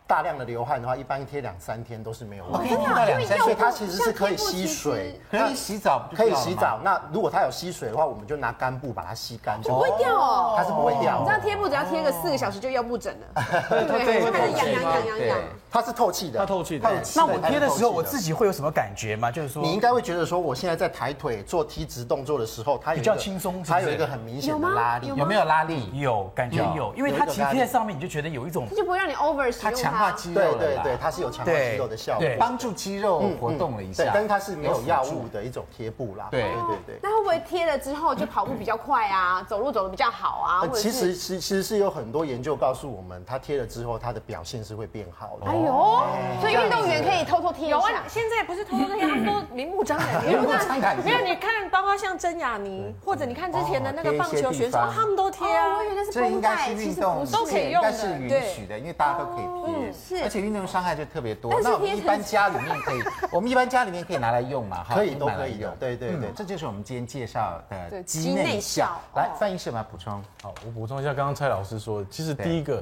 Speaker 9: 大量的流汗的话，一般贴两三天都是没有问
Speaker 1: 贴
Speaker 9: 题。
Speaker 1: 到两三
Speaker 9: 所以它其实是可以吸水，
Speaker 1: 可以洗澡不就掉了
Speaker 9: 哦可以
Speaker 1: 吗，
Speaker 9: 洗澡。那如果它有吸水的话，我们就拿干布把它吸干就
Speaker 2: 不
Speaker 9: 好
Speaker 2: 会。掉哦。
Speaker 9: 它是不会掉
Speaker 2: 你知
Speaker 9: 的
Speaker 2: 道。贴布只要贴个四个小时就腰不整了，对，就开始痒痒痒痒痒。
Speaker 9: 它是透气的，
Speaker 3: 它透气的
Speaker 9: 它有气
Speaker 5: 那我贴的时候，
Speaker 9: 它是透气
Speaker 5: 我自己会有什么感觉吗？就是说，
Speaker 9: 你应该会觉得说，我现在在抬腿做梯直动作的时候，它有一个
Speaker 5: 比较轻松是不是
Speaker 9: 它有一个很明显
Speaker 2: 有
Speaker 9: 的
Speaker 2: 吗
Speaker 9: 拉力
Speaker 2: 有，吗
Speaker 1: 有没有拉力？
Speaker 5: 有感觉有，因为
Speaker 9: 有一
Speaker 5: 它
Speaker 9: 种
Speaker 5: 其实
Speaker 9: 压
Speaker 5: 贴
Speaker 9: 力
Speaker 5: 在上面，你就觉得有一种
Speaker 2: 它就不会让你 over 使
Speaker 1: 它
Speaker 2: 用
Speaker 1: 强化
Speaker 2: 它。
Speaker 1: 肌肉
Speaker 9: 对
Speaker 1: 了
Speaker 9: 对
Speaker 1: 啦
Speaker 9: 对，它是有强化肌肉的效果
Speaker 5: 对，
Speaker 1: 帮助肌肉活动了一下
Speaker 9: 嗯对，，但是它啊是没有
Speaker 1: 辅
Speaker 9: 药
Speaker 1: 助
Speaker 9: 物的一种贴布啦。
Speaker 1: 对
Speaker 9: 对对对。
Speaker 2: 那会不会贴了之后就跑步比较快啊，走路走的比较好啊？
Speaker 9: 呃
Speaker 2: 或者
Speaker 9: 其
Speaker 2: 是
Speaker 9: 实，其其实是有很多研究告诉我们，它贴了之后，它的表现是会变好的。
Speaker 2: 哎呦，所以运动员可以偷偷贴一
Speaker 4: 有啊
Speaker 2: 下，。
Speaker 4: 现在不是偷偷那些都 明目张胆，
Speaker 1: 明目张胆
Speaker 4: 没有，你看，包括像真雅妮，或者你看之前的那个棒球选
Speaker 1: 哦贴一些地
Speaker 4: 手，
Speaker 1: 方
Speaker 4: 啊他们都贴啊
Speaker 2: 哦，我。以为那是
Speaker 1: 这应
Speaker 2: 绷
Speaker 1: 该
Speaker 2: 带，
Speaker 1: 是
Speaker 2: 其
Speaker 1: 运
Speaker 2: 实
Speaker 1: 动
Speaker 2: 不
Speaker 1: 界
Speaker 2: 是
Speaker 4: 都可以
Speaker 1: 应
Speaker 4: 用的
Speaker 1: 该是允许的，因为大家都可以贴，
Speaker 2: 嗯是
Speaker 1: 而且运动伤害就特别多
Speaker 2: 但。是
Speaker 1: 那我们
Speaker 2: 贴
Speaker 1: 一
Speaker 2: 成
Speaker 1: 般家里面 可以，我们一般家里面可以拿来用嘛，哈
Speaker 9: 可以
Speaker 1: 就买
Speaker 9: 都可
Speaker 1: 来
Speaker 9: 以的
Speaker 1: 用嗯
Speaker 9: 对对对
Speaker 1: 这就是我们今天介绍的
Speaker 2: 对
Speaker 1: 肌
Speaker 2: 肌
Speaker 1: 内
Speaker 2: 内
Speaker 1: 效
Speaker 2: 效。
Speaker 1: 来
Speaker 2: 哦，
Speaker 1: 范医师有没有补充？
Speaker 7: 好，我补充一下，刚刚蔡老师说的，其实
Speaker 1: 对
Speaker 7: 第一个，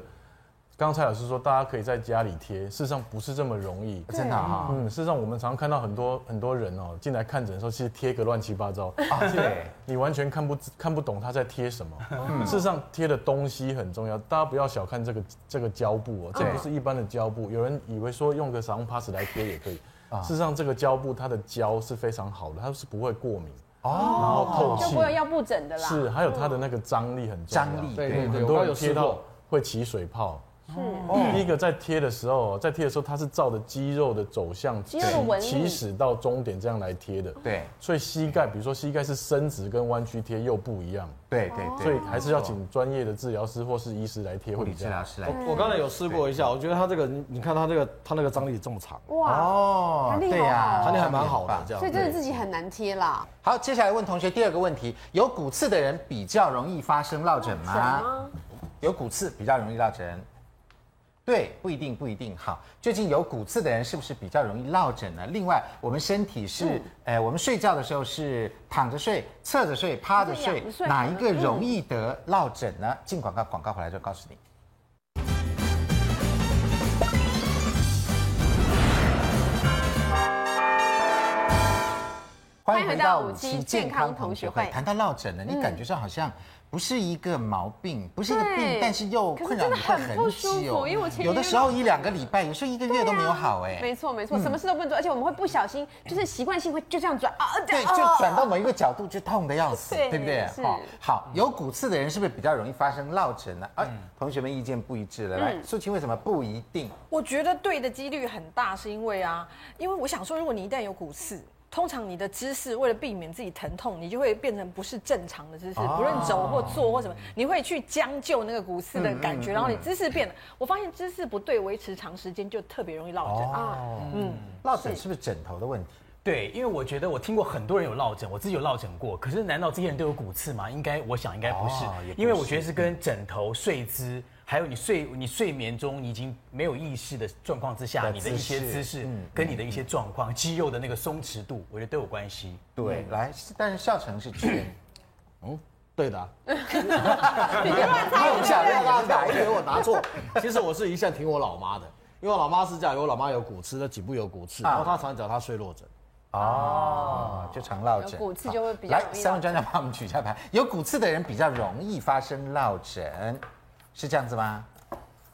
Speaker 7: 刚刚蔡老师说大家可以在家里贴，事实上不是这么容易。
Speaker 1: 哦真的啊哈，
Speaker 7: 嗯，事实上我们常看到很多很多人哦，进来看诊的时候，其实贴个乱七八糟，
Speaker 1: 啊对，
Speaker 7: 你完全看不看不懂他在贴什么。
Speaker 1: 嗯
Speaker 7: 事实上贴的东西很重要，大家不要小看这个这个胶布哦，这
Speaker 1: 对
Speaker 7: 不是一般的胶布。有人以为说用个sarong pass 来贴也可以，
Speaker 1: 啊
Speaker 7: 事实上这个胶布它的胶是非常好的，它是不会过敏，
Speaker 1: 哦
Speaker 7: 然后透
Speaker 2: 就
Speaker 7: 气
Speaker 2: 不，会要布疹的啦。嗯
Speaker 7: 是还有它的那个张力很重要。
Speaker 1: 张力
Speaker 3: 对
Speaker 1: 对
Speaker 3: 对对，
Speaker 7: 很
Speaker 3: 我
Speaker 7: 多
Speaker 3: 刚有
Speaker 7: 人贴
Speaker 3: 试
Speaker 7: 到
Speaker 3: 过，
Speaker 7: 会起水泡。第一个在贴的时候，哦在贴的时候，它是照着肌肉的走向，
Speaker 2: 肌肉的纹理
Speaker 7: 起始到终点这样来贴的。
Speaker 1: 对
Speaker 7: 所以膝盖，比如说膝盖是伸直跟弯曲贴又不一样，
Speaker 1: 对
Speaker 2: 哦
Speaker 1: 对
Speaker 7: 所以
Speaker 1: 对，
Speaker 7: 还是要请专业的治疗师或是医师来贴
Speaker 1: 物
Speaker 7: 会
Speaker 1: 理
Speaker 7: 比
Speaker 1: 治
Speaker 7: 较
Speaker 1: 疗
Speaker 7: 好。
Speaker 1: 师来
Speaker 3: 我我刚才有试过一下，我觉得它这个，你你看它这个，它那个张力这么长，
Speaker 2: 哇，
Speaker 1: 哦
Speaker 2: 弹力好
Speaker 1: 对呀，
Speaker 2: 好
Speaker 3: 弹力还蛮好的，这样
Speaker 2: 所以真的自己很难贴啦。
Speaker 1: 好，接下来问同学第二个问题：有骨刺的人比较容易发生落枕吗？有骨刺比较容易落枕？对，不一定，不一定。好，究竟有骨刺的人是不是比较容易落枕呢？另外，我们身体是，呃，我们睡觉的时候是躺着睡、侧着睡、趴着睡，
Speaker 2: 仰着睡
Speaker 1: 哪一个容易得落枕呢？进广告，广告回来就告诉你。欢迎回到五期健康同学会。嗯谈到落枕呢，你感觉上好像不是一个毛病，不是一个病
Speaker 2: 对，
Speaker 1: 但是又困扰你会很
Speaker 2: 可是真的很不
Speaker 1: 久。
Speaker 2: 舒服因为我前一
Speaker 1: 有的
Speaker 2: 阵
Speaker 1: 时候一两个礼拜，有时候一个月都没有好哎、
Speaker 2: 没错没错，什么事都不能做，而且我们会不小心，就是习惯性会就这样转啊，
Speaker 1: 对，就转到某一个角度就痛的要死，
Speaker 2: 对
Speaker 1: 对不对？
Speaker 2: 是
Speaker 1: 好，好，有骨刺的人是不是比较容易发生落枕呢？哎，同学们意见不一致了，
Speaker 2: 嗯
Speaker 1: 来，素清为什么不一定？
Speaker 4: 我觉得对的几率很大，是因为啊，因为我想说，如果你一旦有骨刺，通常你的姿势为了避免自己疼痛，你就会变成不是正常的姿势，
Speaker 1: 哦
Speaker 4: 不论走或坐或什么，你会去将就那个骨刺
Speaker 1: 嗯
Speaker 4: 的感觉，然后你姿势变了。我发现姿势不对，维持长时间就特别容易落枕。
Speaker 1: 哦，嗯，落枕是不是枕头的问题？
Speaker 5: 对，因为我觉得我听过很多人有落枕，我自己有落枕过。可是难道这些人都有骨刺吗？应该，我想应该不是，
Speaker 1: 哦也不是
Speaker 5: 因为我觉得是跟枕头、睡姿，还有你睡你睡眠中你已经没有意识的状况之下，
Speaker 1: 的
Speaker 5: 你的一些
Speaker 1: 姿势
Speaker 5: 姿势跟你的一些状况、肌肉的那个松弛度，我觉得都有关系。
Speaker 1: 对，来，但是笑成是缺。
Speaker 3: 嗯，对的啊、
Speaker 1: 他有想要让打一
Speaker 3: 我 拿错。其实我是一向挺我老妈的，因为我老妈是这样，因为我老妈有骨刺，那颈部有骨刺，
Speaker 1: 啊
Speaker 3: 然后她常讲她睡落枕。
Speaker 1: 哦，就常落枕，
Speaker 2: 有骨刺就会比较
Speaker 1: 好
Speaker 2: 容易落
Speaker 1: 来，
Speaker 2: 枕
Speaker 1: 三位专家帮我们举一下牌，有骨刺的人比较容易发生落枕，是这样子吗？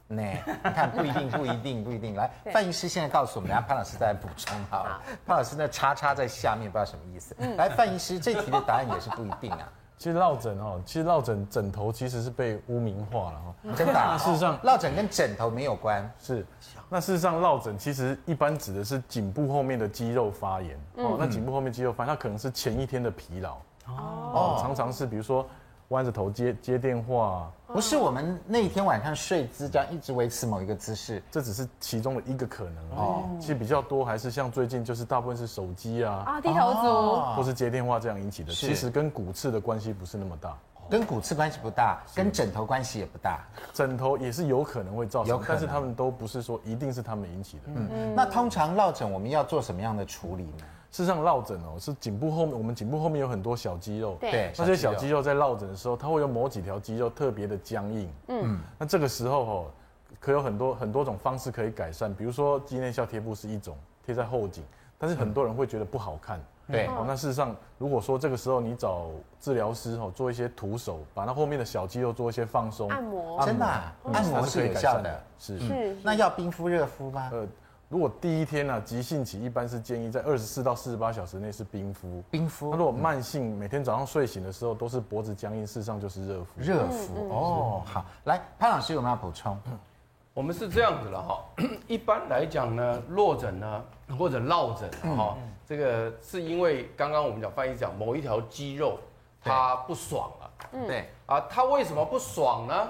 Speaker 1: 那你看不一定，不一定，不一定。来，范医师现在告诉我们，然后潘老师再来补充好了。潘老师那叉叉在下面，不知道什么意思。
Speaker 2: 嗯
Speaker 1: 来，范医师这题的答案也是不一定啊，
Speaker 7: 其实落枕哦，其实落枕枕头其实是被污名化了哦
Speaker 2: 嗯
Speaker 7: 哈。
Speaker 1: 真的啊、
Speaker 7: 事实上
Speaker 1: 落枕跟枕头没有关。
Speaker 7: 是，那事实上落枕其实一般指的是颈部后面的肌肉发炎。哦，那颈部后面肌肉发炎，它可能是前一天的疲劳。哦，常常是比如说弯着头接接电话，
Speaker 2: 哦
Speaker 1: 不是我们那一天晚上睡姿这样一直维持某一个姿势，
Speaker 7: 这只是其中的一个可能哦。其实比较多还是像最近就是大部分是手机啊，
Speaker 2: 啊，低头族。
Speaker 7: 或是接电话这样引起的，
Speaker 1: 是
Speaker 7: 其实跟骨刺的关系不是那么大。
Speaker 1: 跟骨刺关系不大，跟枕头关系也不大。
Speaker 7: 枕头也是有可能会造
Speaker 1: 有
Speaker 7: 成
Speaker 1: 可，能嗯
Speaker 7: 但是他们都不是说一定是他们引起的。
Speaker 2: 嗯
Speaker 1: 那通常落枕我们要做什么样的处理呢？
Speaker 7: 事实上，落枕哦是颈部后面，我们颈部后面有很多小肌肉，
Speaker 2: 对
Speaker 1: 对
Speaker 7: 那些小肌肉在落枕的时候，它会有某几条肌肉特别的僵硬。嗯，那这个时候哦，可有很多很多种方式可以改善，比如说肌内效贴布是一种，贴在后颈，但是很多人会觉得不好看。
Speaker 2: 嗯
Speaker 1: 对，
Speaker 7: 哦，那事实上，如果说这个时候你找治疗师哦，做一些徒手，把那后面的小肌肉做一些放松，
Speaker 2: 按摩嗯
Speaker 1: 真的啊
Speaker 7: 嗯
Speaker 1: 按摩
Speaker 7: 它
Speaker 1: 是
Speaker 7: 可以
Speaker 1: 有
Speaker 7: 改
Speaker 1: 效
Speaker 7: 善
Speaker 1: 的。，
Speaker 7: 是。
Speaker 2: 是
Speaker 1: 那要冰敷热敷吗？
Speaker 8: 嗯
Speaker 7: 呃，如果第一天呢、急性期一般是建议在二十四到四十八小时内是冰敷。
Speaker 1: 冰
Speaker 7: 那
Speaker 1: 敷
Speaker 7: 如果慢性，每天早上睡醒的时候都是脖子僵硬，事实上就是热敷。
Speaker 1: 热
Speaker 2: 嗯
Speaker 1: 敷哦，好，来潘老师有没有要补充？
Speaker 8: 我们是这样子了哈，一般来讲呢，落枕呢或者落枕啊哈，
Speaker 1: 嗯
Speaker 8: 这个是因为刚刚我们讲翻译讲某一条肌肉它不爽了
Speaker 2: 嗯
Speaker 1: 对，
Speaker 8: 啊，它为什么不爽呢？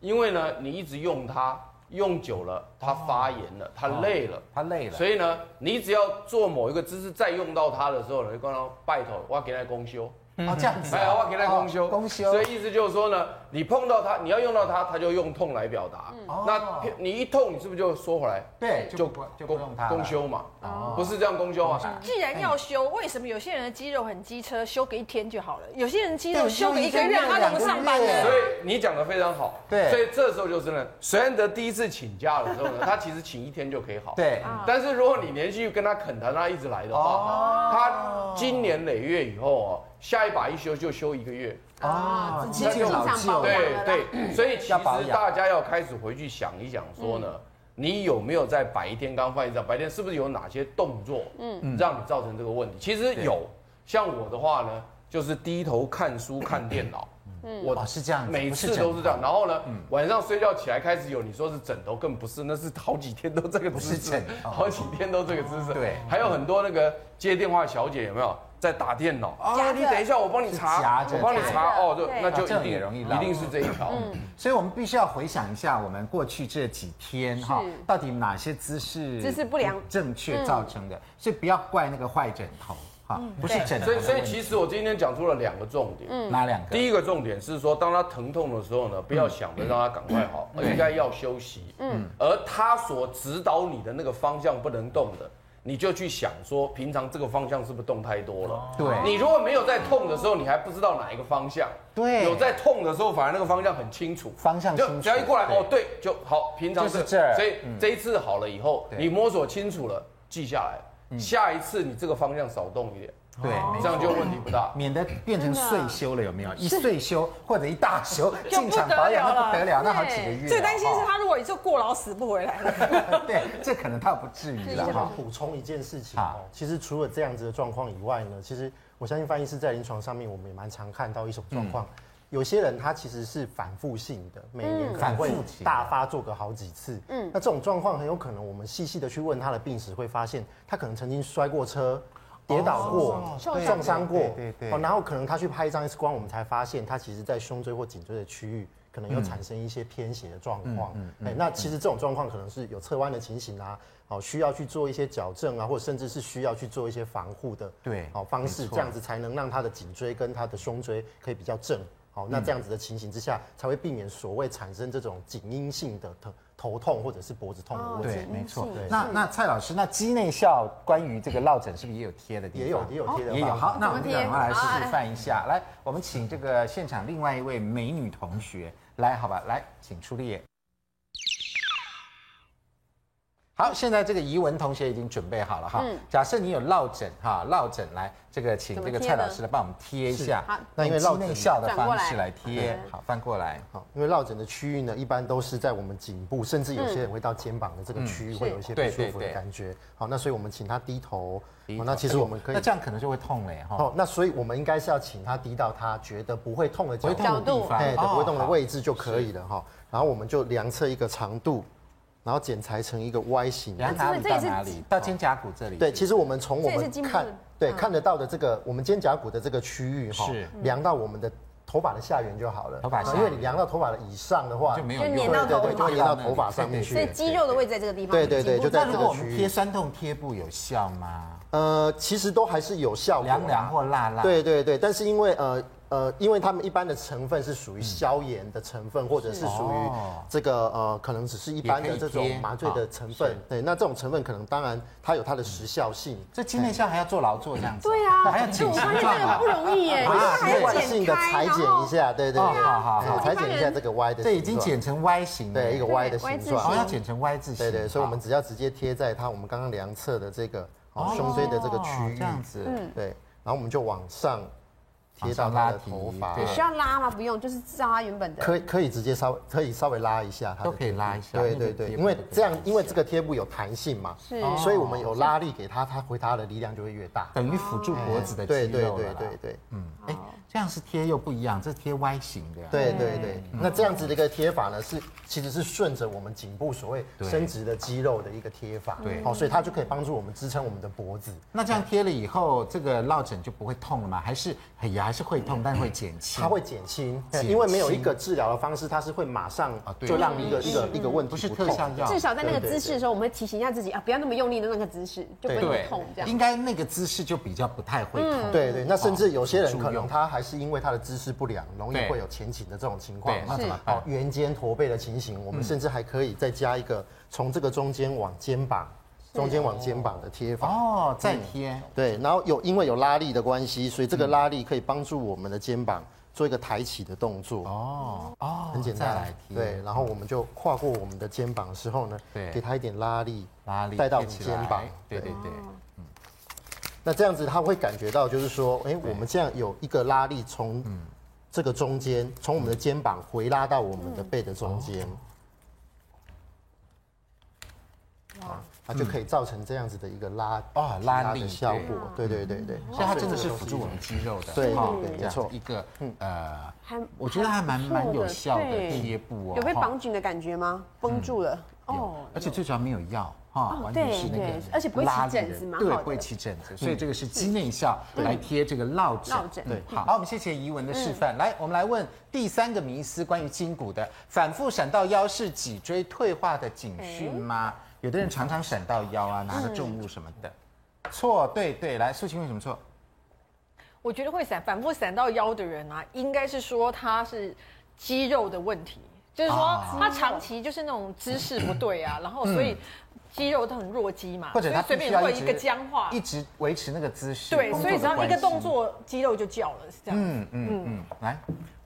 Speaker 8: 因为呢你一直用它，用久了它发炎了，它累了。
Speaker 1: 他哦累了，
Speaker 8: 所以呢，你只要做某一个姿势，再用到它的时候呢，就跟他说拜托，我要给他公休，
Speaker 1: 哦这样子
Speaker 8: 哎，
Speaker 1: 啊，
Speaker 8: 我要给他公休，
Speaker 1: 哦公休
Speaker 8: 所以意思就是说呢，你碰到它，你要用到它，它就用痛来表达。
Speaker 1: 哦
Speaker 8: 那你一痛，你是不是就缩回来？
Speaker 1: 对，就不就不用他了哦
Speaker 8: 公休嘛，不是这样公休啊。
Speaker 4: 既然要修，为什么有些人的肌肉很机车，修个一天就好了？有些人肌
Speaker 1: 对
Speaker 4: 肉修个一个月，
Speaker 1: 修一个
Speaker 4: 他
Speaker 1: 月
Speaker 4: 怎么上
Speaker 1: 两
Speaker 4: 班
Speaker 1: 个
Speaker 4: 呢
Speaker 8: 所
Speaker 1: 月？
Speaker 8: 以你讲的非常好，
Speaker 1: 对
Speaker 8: 所以这时候就是呢，隋安德第一次请假的时候呢，他其实请一天就可以好。
Speaker 1: 对，
Speaker 8: 但是如果你连续跟他恳谈，他一直来的
Speaker 1: 哦
Speaker 8: 话，他经年累月以后哦，下一把一休就休一个月。
Speaker 1: 哦，肌
Speaker 2: 那就
Speaker 1: 腱老
Speaker 2: 往上
Speaker 1: 旧
Speaker 2: 保养
Speaker 1: 了，
Speaker 8: 对对，所以其
Speaker 1: 要
Speaker 8: 实
Speaker 1: 保养
Speaker 8: 大家要开始回去想一想，说呢，你有没有在白天刚放一张白天是不是有哪些动作，嗯，让你造成这个问题？其实有，像我的话呢，就是低头 看书看电脑，嗯，我
Speaker 1: 哦是这样子
Speaker 8: 每
Speaker 1: 不是
Speaker 8: 次
Speaker 1: 枕嗯
Speaker 8: 都是这样。然后呢，晚上睡觉起来开始有，你说是枕头，更不是，那是好几天都这个
Speaker 1: 不是
Speaker 8: 姿势
Speaker 1: 枕，头哦
Speaker 8: 好几天都这个姿势。
Speaker 1: 对
Speaker 8: 还有很多那个接电话小姐有没有在打电脑？啊，
Speaker 2: 夹着
Speaker 8: 你等一下，我帮你
Speaker 1: 是夹
Speaker 8: 查，
Speaker 1: 着
Speaker 8: 我帮你查
Speaker 2: 夹着
Speaker 8: 哦，就
Speaker 2: 对
Speaker 8: 那就
Speaker 1: 哦这样
Speaker 8: 一
Speaker 1: 也
Speaker 8: 定
Speaker 1: 容易嗯
Speaker 8: 一
Speaker 1: 落
Speaker 8: 定是这一条。
Speaker 1: 所以我们必须要回想一下我们过去这几天哈
Speaker 2: 是，
Speaker 1: 到底哪些姿势
Speaker 2: 姿势不良嗯
Speaker 1: 正确造成的，所以不要怪那个坏枕头哈，不是枕头
Speaker 8: 所
Speaker 1: 的问
Speaker 8: 以，
Speaker 1: 题，
Speaker 8: 所以其实我今天讲出了两个重点。
Speaker 2: 嗯
Speaker 1: 哪两个？嗯
Speaker 8: 第一个重点是说，当他疼痛的时候呢，不要想着让他赶快好，而应该要休息。嗯，而他所指导你的那个方向不能动的，你就去想说，平常这个方向是不是动太多了？
Speaker 1: 哦对
Speaker 8: 你如果没有在痛的时候，你还不知道哪一个方向。
Speaker 1: 对
Speaker 8: 有在痛的时候，反而那个方向很清楚。
Speaker 1: 方向
Speaker 8: 就
Speaker 1: 清楚
Speaker 8: 只要一过来，
Speaker 1: 对
Speaker 8: 哦，对，就好。平常
Speaker 1: 就是这儿嗯
Speaker 8: 所以这一次好了以后，
Speaker 1: 对嗯
Speaker 8: 你摸索清楚了，记下来，下一次你这个方向少动一点。
Speaker 1: 对，没
Speaker 8: 这样就问题不大。
Speaker 1: 免得变成碎修了，有没有？一碎修或者一大修， 进场保养那不得了，那好几个月。
Speaker 4: 最担心是
Speaker 1: 哦
Speaker 4: 他如果就过劳死不回来了。
Speaker 1: 对，这可能倒不至于了
Speaker 9: 我想
Speaker 1: 哈。
Speaker 9: 补充一件事情
Speaker 1: 好
Speaker 9: 哦，其实除了这样子的状况以外呢，其实我相信翻译师在临床上面，我们也蛮常看到一种状况。
Speaker 1: 嗯
Speaker 9: 有些人他其实是反复性的，每年可能会
Speaker 1: 反复性的
Speaker 9: 大发作个好几次。嗯，那这种状况很有可能，我们细细的去问他的病史，会发现他可能曾经摔过车、跌倒过、
Speaker 1: 对
Speaker 9: 撞伤过，
Speaker 1: 对对对
Speaker 9: 哦，然后可能他去拍一张 X 光，我们才发现他其实在胸椎或颈椎的区域可能有产生一些偏斜的状况。
Speaker 1: 嗯
Speaker 9: 哎，那其实这种状况可能是有侧弯的情形啊，哦，需要去做一些矫正啊，或者甚至是需要去做一些防护的
Speaker 1: 对
Speaker 9: 哦方式，
Speaker 1: 没错
Speaker 9: 这样子才能让他的颈椎跟他的胸椎可以比较正。好，
Speaker 1: 嗯
Speaker 9: 那这样子的情形之下，才会避免所谓产生这种颈因性的头头痛或者是脖子痛的问题。
Speaker 1: 哦对，
Speaker 9: 哦
Speaker 1: 没错
Speaker 9: 对。
Speaker 1: 那那蔡老师，那肌内效关于这个落枕是不是也有贴的地方？
Speaker 9: 也有也有贴的
Speaker 1: 也有。
Speaker 9: 方法
Speaker 1: 好，那我们
Speaker 2: 怎么贴哎
Speaker 1: 赶快来示范一下。来，我们请这个现场另外一位美女同学来，好吧？来，请出列。好，现在这个怡文同学已经准备好了哈。假设你有落枕哈，落枕来，这个请这个
Speaker 2: 嗯怎么贴
Speaker 1: 蔡
Speaker 2: 呢
Speaker 1: 老师来帮我们贴一下
Speaker 2: 是好。
Speaker 9: 那因
Speaker 1: 用
Speaker 9: 为
Speaker 1: 肌
Speaker 9: 落枕
Speaker 1: 内效的
Speaker 2: 转过
Speaker 1: 方
Speaker 2: 来
Speaker 1: 式来贴，好，翻过来。
Speaker 9: 好，因为落枕的区域呢，一般都是在我们颈部，甚至有些人会到肩膀的这个区域，会有一些不
Speaker 1: 嗯对
Speaker 9: 舒服
Speaker 1: 对
Speaker 9: 的
Speaker 1: 对
Speaker 9: 感觉。好，那所以我们请他低头。
Speaker 1: 低
Speaker 9: 好
Speaker 1: 头
Speaker 9: 那其实我们可以哦
Speaker 1: 那，这样可能就会痛嘞哈。
Speaker 9: 好，那所以我们应该是要请他低到他觉得不会痛的角
Speaker 1: 不会痛的
Speaker 9: 度，
Speaker 1: 地方，哦
Speaker 9: 哎，对不会动的
Speaker 1: 好
Speaker 9: 位置就可以了哈。然后我们就量测一个长度，然后剪裁成一个 Y 型。
Speaker 1: 量哪里到哪里？到肩胛骨这里。
Speaker 9: 对，其实我们从
Speaker 2: 这
Speaker 9: 我
Speaker 2: 也是
Speaker 9: 们
Speaker 2: 筋部嗯
Speaker 9: 看
Speaker 2: 的
Speaker 9: 对看得到的这个我们肩胛骨的这个区域哈
Speaker 1: 是，
Speaker 9: 量到我们的头发的下缘就好了。
Speaker 1: 头发下缘
Speaker 9: 因为你量到头发的以上的话，
Speaker 1: 就没有
Speaker 2: 就
Speaker 1: 用
Speaker 2: 粘
Speaker 9: 对
Speaker 2: 到头
Speaker 9: 对对，就
Speaker 2: 发
Speaker 9: 会粘到头发上面
Speaker 2: 所以
Speaker 9: 去。
Speaker 2: 肌肉的位置在这个地方。
Speaker 9: 对对对
Speaker 2: 颈部
Speaker 9: 就在
Speaker 1: 那
Speaker 9: 这
Speaker 1: 如
Speaker 9: 个
Speaker 1: 果我
Speaker 9: 区
Speaker 1: 们
Speaker 9: 域
Speaker 1: 贴酸痛贴布有效吗？
Speaker 9: 呃，其实都还是有效果啦
Speaker 1: 凉凉。或辣辣？，
Speaker 9: 对对对，但是因为呃呃，因为它们一般的成分是属于消炎的成分，或者是属于
Speaker 1: 哦
Speaker 9: 这个呃，可能只是一般
Speaker 1: 也可
Speaker 9: 的
Speaker 1: 以
Speaker 9: 这
Speaker 1: 贴
Speaker 9: 种麻醉的成分。对，那这种成分可能当然它有它的时效性。
Speaker 1: 这肌内效还要做劳作这样子？哦
Speaker 2: 对啊，
Speaker 1: 还要
Speaker 2: 就
Speaker 1: 请
Speaker 2: 我
Speaker 1: 示
Speaker 2: 发现这个不容易耶，
Speaker 1: 啊
Speaker 2: 它
Speaker 1: 对
Speaker 2: 还
Speaker 9: 习
Speaker 2: 要
Speaker 9: 惯
Speaker 2: 剪
Speaker 9: 性的
Speaker 2: 开，
Speaker 9: 裁
Speaker 2: 然
Speaker 9: 剪
Speaker 2: 后
Speaker 9: 一下，对对
Speaker 1: 哦
Speaker 9: 对，
Speaker 1: 好好好
Speaker 9: 哎裁剪一下这个 Y 的形状，
Speaker 1: 这已经剪成 Y 型了，哦
Speaker 9: 对一个
Speaker 2: 对
Speaker 9: Y 的
Speaker 2: Y
Speaker 9: 形
Speaker 2: 字
Speaker 9: 状
Speaker 1: 哦，要，剪成 Y 字形。
Speaker 9: 对对，所以我们
Speaker 1: 好
Speaker 9: 只要直接贴在它我们刚刚量测的这个哦胸椎的这个区域
Speaker 1: 这样子
Speaker 2: 嗯
Speaker 9: 对，然后我们就往上贴到
Speaker 1: 往上拉
Speaker 9: 他的
Speaker 1: 提
Speaker 9: 头发，
Speaker 1: 对
Speaker 2: 需要拉吗？不用，就是照它原本的。
Speaker 9: 可以可以直接稍微可以稍微拉一下它的
Speaker 1: 都可以拉一下
Speaker 9: 对
Speaker 1: 那个
Speaker 9: 对对，
Speaker 1: 贴布
Speaker 9: 因为
Speaker 1: 都可以
Speaker 9: 这样
Speaker 1: 拉一下哦
Speaker 9: 因为这个贴布有弹性嘛，
Speaker 2: 是
Speaker 9: 所以我们有拉力给它，它回它的力量就会越大。
Speaker 1: 等于辅助脖子的
Speaker 9: 对
Speaker 1: 肌
Speaker 9: 对
Speaker 1: 肉了
Speaker 9: 对
Speaker 1: 啦
Speaker 9: 对对。
Speaker 1: 嗯，哎，这样是贴又不一样，这是贴 Y 型的呀。
Speaker 9: 对对对，
Speaker 1: 嗯
Speaker 9: 那这样子的一个贴法呢，是其实是顺着我们颈部所谓
Speaker 1: 对
Speaker 9: 伸直的肌肉的一个贴法，
Speaker 1: 对
Speaker 9: 好，所以它就可以帮助我们支撑我们的脖子。
Speaker 1: 那这样贴了以后，这个落枕就不会痛了吗？还是哎也还是会痛，但会减轻？
Speaker 9: 它会减轻
Speaker 1: 减，轻
Speaker 9: 因为没有一个治疗的方式，它是会马上
Speaker 1: 啊对
Speaker 9: 就让一个一个一个问题
Speaker 1: 不是
Speaker 9: 痛
Speaker 1: 特效药，
Speaker 2: 至少在那个
Speaker 9: 对对对
Speaker 2: 姿势的时候，我们会提醒一下自己啊，不要那么用力的那个姿势，就不会那么痛这样。嗯
Speaker 1: 应该那个姿势就比较不太会痛。
Speaker 9: 对对，那甚至有些人可
Speaker 1: 助用
Speaker 9: 能他还是因为他的姿势不良，容易
Speaker 1: 对
Speaker 9: 会有前倾的这种情况
Speaker 1: 对。
Speaker 9: 那
Speaker 1: 那怎么办
Speaker 9: 哦，圆肩驼背的情形，我们甚至还可以再加一个从这个中间往肩膀，中间往肩膀的贴法。
Speaker 1: 哦，再贴，
Speaker 9: 对，然后有因为有拉力的关系，所以这个拉力可以帮助我们的肩膀做一个抬起的动作。
Speaker 1: 哦哦，
Speaker 9: 嗯很简
Speaker 1: 再
Speaker 9: 单
Speaker 1: 来，贴，
Speaker 9: 对，，然后我们就跨过我们的肩膀之后呢，
Speaker 1: 对
Speaker 9: 给它一点拉力，
Speaker 1: 拉力
Speaker 9: 带到
Speaker 1: 贴
Speaker 9: 你
Speaker 1: 起
Speaker 9: 肩
Speaker 1: 来
Speaker 9: 膀，
Speaker 1: 对对对，
Speaker 2: 哦
Speaker 9: 那这样子他会感觉到，就是说，哎、我们这样有一个拉力从
Speaker 1: 嗯
Speaker 9: 这个中间，从我们的肩膀回拉到我们的背的中间，哇，啊它就可以造成这样子的一个拉
Speaker 1: 哦
Speaker 9: 提
Speaker 1: 拉力
Speaker 9: 的效果，对对对对，
Speaker 1: 所以它真的是辅助我们肌肉的，
Speaker 9: 对
Speaker 1: 哦
Speaker 9: 对
Speaker 1: 这
Speaker 9: 没
Speaker 1: 样子
Speaker 9: 错嗯
Speaker 1: 一个呃
Speaker 2: 还，
Speaker 1: 我觉得还蛮
Speaker 2: 还不错的
Speaker 1: 蛮有效的
Speaker 2: 对
Speaker 1: 贴布哦，
Speaker 2: 有被
Speaker 1: 哈嗯
Speaker 2: 绑紧的感觉吗？绷住了。
Speaker 1: 有
Speaker 2: 哦，
Speaker 1: 而且最主要没有药哈，完全
Speaker 2: 对
Speaker 1: 是那个
Speaker 2: 对而且不会起
Speaker 1: 拉力
Speaker 2: 疹
Speaker 1: 的
Speaker 2: 子蛮
Speaker 1: 对
Speaker 2: 好，的
Speaker 1: 不会起疹子，所以这个是肌内效来贴这个落枕。
Speaker 2: 落枕
Speaker 1: 对，好，好，我们谢谢怡文的示范。来，我们来问第三个迷思，关于筋骨的反复闪到腰是脊椎退化的警讯吗？有的人常常闪到腰啊，拿着重物什么的。错，对对，来，素琴为什么错？
Speaker 4: 我觉得会闪反复闪到腰的人啊，应该是说他是肌肉的问题，就是说
Speaker 1: 啊
Speaker 4: 他长期就是那种姿势不 对啊，然后所以肌肉都很弱鸡嘛，
Speaker 1: 或者他
Speaker 4: 所以
Speaker 1: 必
Speaker 4: 随
Speaker 1: 须
Speaker 4: 便
Speaker 1: 要
Speaker 4: 会
Speaker 1: 一直
Speaker 4: 一个僵化
Speaker 1: 一。直维持那个姿势。
Speaker 4: 对，
Speaker 1: 工作
Speaker 4: 所以
Speaker 1: 的
Speaker 4: 只要一
Speaker 1: 关
Speaker 4: 个
Speaker 1: 系
Speaker 4: 动，作，肌肉就叫了，是这样。
Speaker 1: 嗯嗯嗯，来，